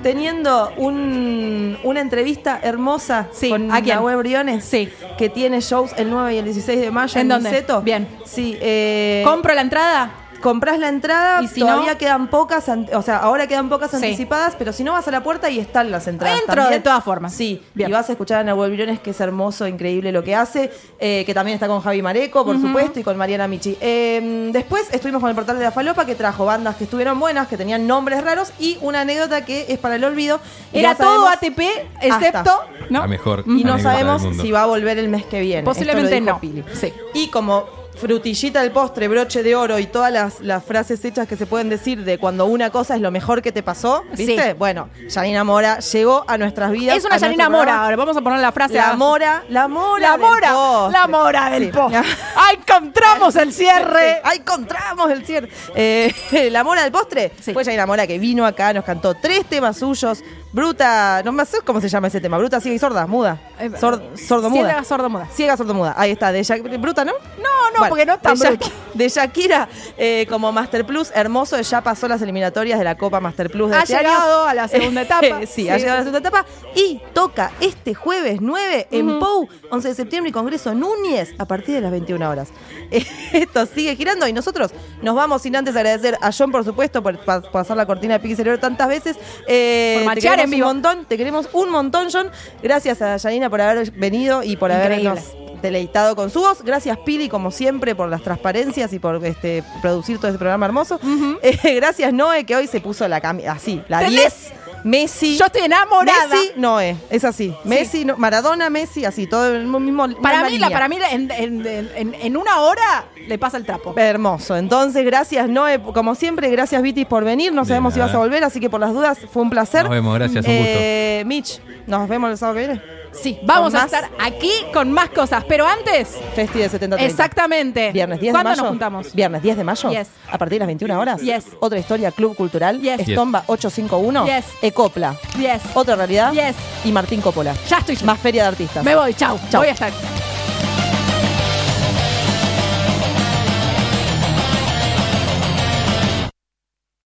[SPEAKER 2] teniendo un- una entrevista hermosa
[SPEAKER 3] Sí,
[SPEAKER 2] con
[SPEAKER 3] ¿a quién?
[SPEAKER 2] Nahuel Briones,
[SPEAKER 3] Sí.
[SPEAKER 2] que tiene shows el 9 y el 16 de mayo
[SPEAKER 3] ¿En
[SPEAKER 2] en,
[SPEAKER 3] dónde?
[SPEAKER 2] Niceto.
[SPEAKER 3] Bien.
[SPEAKER 2] Sí, eh,
[SPEAKER 3] ¿Compro la entrada?
[SPEAKER 2] Comprás la entrada,
[SPEAKER 3] Y si
[SPEAKER 2] todavía
[SPEAKER 3] no-
[SPEAKER 2] quedan pocas, ant- o sea, ahora quedan pocas
[SPEAKER 3] Sí.
[SPEAKER 2] anticipadas, pero si no vas a la puerta y están las entradas.
[SPEAKER 3] Entro, de
[SPEAKER 2] también.
[SPEAKER 3] todas formas.
[SPEAKER 2] Sí,
[SPEAKER 3] Bien.
[SPEAKER 2] y vas a escuchar a Nahuel Briones, que es hermoso, increíble lo que hace, eh, que también está con Javi Mareco, por supuesto, y con Mariana Michi. Eh, después estuvimos con el portal de la Falopa, que trajo bandas que estuvieron buenas, que tenían nombres raros, y una anécdota que es para el olvido. Y
[SPEAKER 3] Era
[SPEAKER 2] no
[SPEAKER 3] todo
[SPEAKER 2] sabemos-
[SPEAKER 3] ATP, excepto.
[SPEAKER 2] Hasta.
[SPEAKER 3] ¿no?
[SPEAKER 4] La mejor
[SPEAKER 2] Y no
[SPEAKER 4] anécdota del
[SPEAKER 2] sabemos
[SPEAKER 4] mundo.
[SPEAKER 2] si va a volver el mes que viene.
[SPEAKER 3] Posiblemente
[SPEAKER 2] Esto lo
[SPEAKER 3] no.
[SPEAKER 2] dijo Pili.
[SPEAKER 3] Sí.
[SPEAKER 2] Y como frutillita del postre, broche de oro y todas las, las frases hechas que se pueden decir de cuando una cosa es lo mejor que te pasó, ¿viste?
[SPEAKER 3] Sí.
[SPEAKER 2] Bueno, Janina Mora llegó a nuestras vidas.
[SPEAKER 3] Es una
[SPEAKER 2] a nuestro
[SPEAKER 3] Janina Mora.
[SPEAKER 2] programa.
[SPEAKER 3] Ahora vamos a poner la frase.
[SPEAKER 2] La
[SPEAKER 3] abajo.
[SPEAKER 2] Mora, la Mora.
[SPEAKER 3] La
[SPEAKER 2] del
[SPEAKER 3] mora,
[SPEAKER 2] postre.
[SPEAKER 3] la mora del
[SPEAKER 2] Sí.
[SPEAKER 3] postre. ¡Ah, encontramos el cierre!
[SPEAKER 2] Ahí encontramos el cierre. Eh, la mora del postre
[SPEAKER 3] Sí.
[SPEAKER 2] fue Janina Mora que vino acá, nos cantó tres temas suyos. Bruta, no me sé cómo se llama ese tema. Bruta, ciega y sorda, muda.
[SPEAKER 3] Eh,
[SPEAKER 2] Sor- sordomuda.
[SPEAKER 3] ciega, sordomuda.
[SPEAKER 2] Ciega, sordomuda. Ahí está, de Shak- Bruta, ¿no?
[SPEAKER 3] No, no, porque no tan
[SPEAKER 2] de, Shak-
[SPEAKER 3] bruta.
[SPEAKER 2] de Shakira eh, como Master Plus, hermoso. Ya pasó las eliminatorias de la Copa Master Plus de
[SPEAKER 3] Ha
[SPEAKER 2] este año.
[SPEAKER 3] llegado a la segunda etapa.
[SPEAKER 2] sí,
[SPEAKER 3] Sí,
[SPEAKER 2] ha
[SPEAKER 3] sí,
[SPEAKER 2] llegado a la
[SPEAKER 3] sí.
[SPEAKER 2] segunda etapa. Y toca este jueves 9 en POU, 11 de septiembre, y Congreso Núñez, a partir de las 21 horas. Eh, Esto sigue girando y nosotros nos vamos sin antes agradecer a John, por supuesto, por pa- pasar la cortina de Piqui Cerebro tantas veces. Eh,
[SPEAKER 3] Por
[SPEAKER 2] te
[SPEAKER 3] machear
[SPEAKER 2] queremos
[SPEAKER 3] en vivo.
[SPEAKER 2] un montón, te queremos un montón, John. Gracias a Janina por haber venido y por
[SPEAKER 3] Increíble.
[SPEAKER 2] habernos deleitado con su voz. Gracias, Pili, como siempre, por las transparencias y por este producir todo este programa hermoso. Eh, gracias, Noé, que hoy se puso la camisa así, la
[SPEAKER 3] ¿Tenés?
[SPEAKER 2] 10. Messi.
[SPEAKER 3] Yo estoy enamorada.
[SPEAKER 2] Messi, Noé. Es así. Messi, no- Maradona, Messi, así. Todo el mismo.
[SPEAKER 3] Para
[SPEAKER 2] misma
[SPEAKER 3] mí, la,
[SPEAKER 2] línea.
[SPEAKER 3] para mí la- en, en- en- en una hora le pasa el trapo.
[SPEAKER 2] Hermoso. Entonces, gracias, Noé. Como siempre, gracias, Vitis, por venir. No
[SPEAKER 4] De
[SPEAKER 2] sabemos si
[SPEAKER 4] nada.
[SPEAKER 2] vas a volver, así que por las dudas, fue un placer.
[SPEAKER 4] Nos vemos, gracias, un gusto.
[SPEAKER 2] Eh, Mitch, nos vemos el sábado que viene.
[SPEAKER 3] Sí, vamos
[SPEAKER 2] Con
[SPEAKER 3] a
[SPEAKER 2] más-
[SPEAKER 3] estar aquí con más cosas. Pero antes,
[SPEAKER 2] Festi de 70
[SPEAKER 3] exactamente.
[SPEAKER 2] Viernes 10 de
[SPEAKER 3] ¿Cuándo
[SPEAKER 2] mayo.
[SPEAKER 3] nos juntamos?
[SPEAKER 2] Viernes 10 de mayo.
[SPEAKER 3] Yes.
[SPEAKER 2] A partir de las 21 horas.
[SPEAKER 3] Yes.
[SPEAKER 2] Otra historia, Club Cultural.
[SPEAKER 3] Yes.
[SPEAKER 2] Estomba 851.
[SPEAKER 3] Yes.
[SPEAKER 2] Ecopla.
[SPEAKER 3] Yes.
[SPEAKER 2] Otra realidad.
[SPEAKER 3] Yes.
[SPEAKER 2] Y Martín Coppola.
[SPEAKER 3] Ya estoy.
[SPEAKER 2] Más feria de artistas.
[SPEAKER 3] Me voy, chau.
[SPEAKER 2] Chau.
[SPEAKER 3] Voy a estar.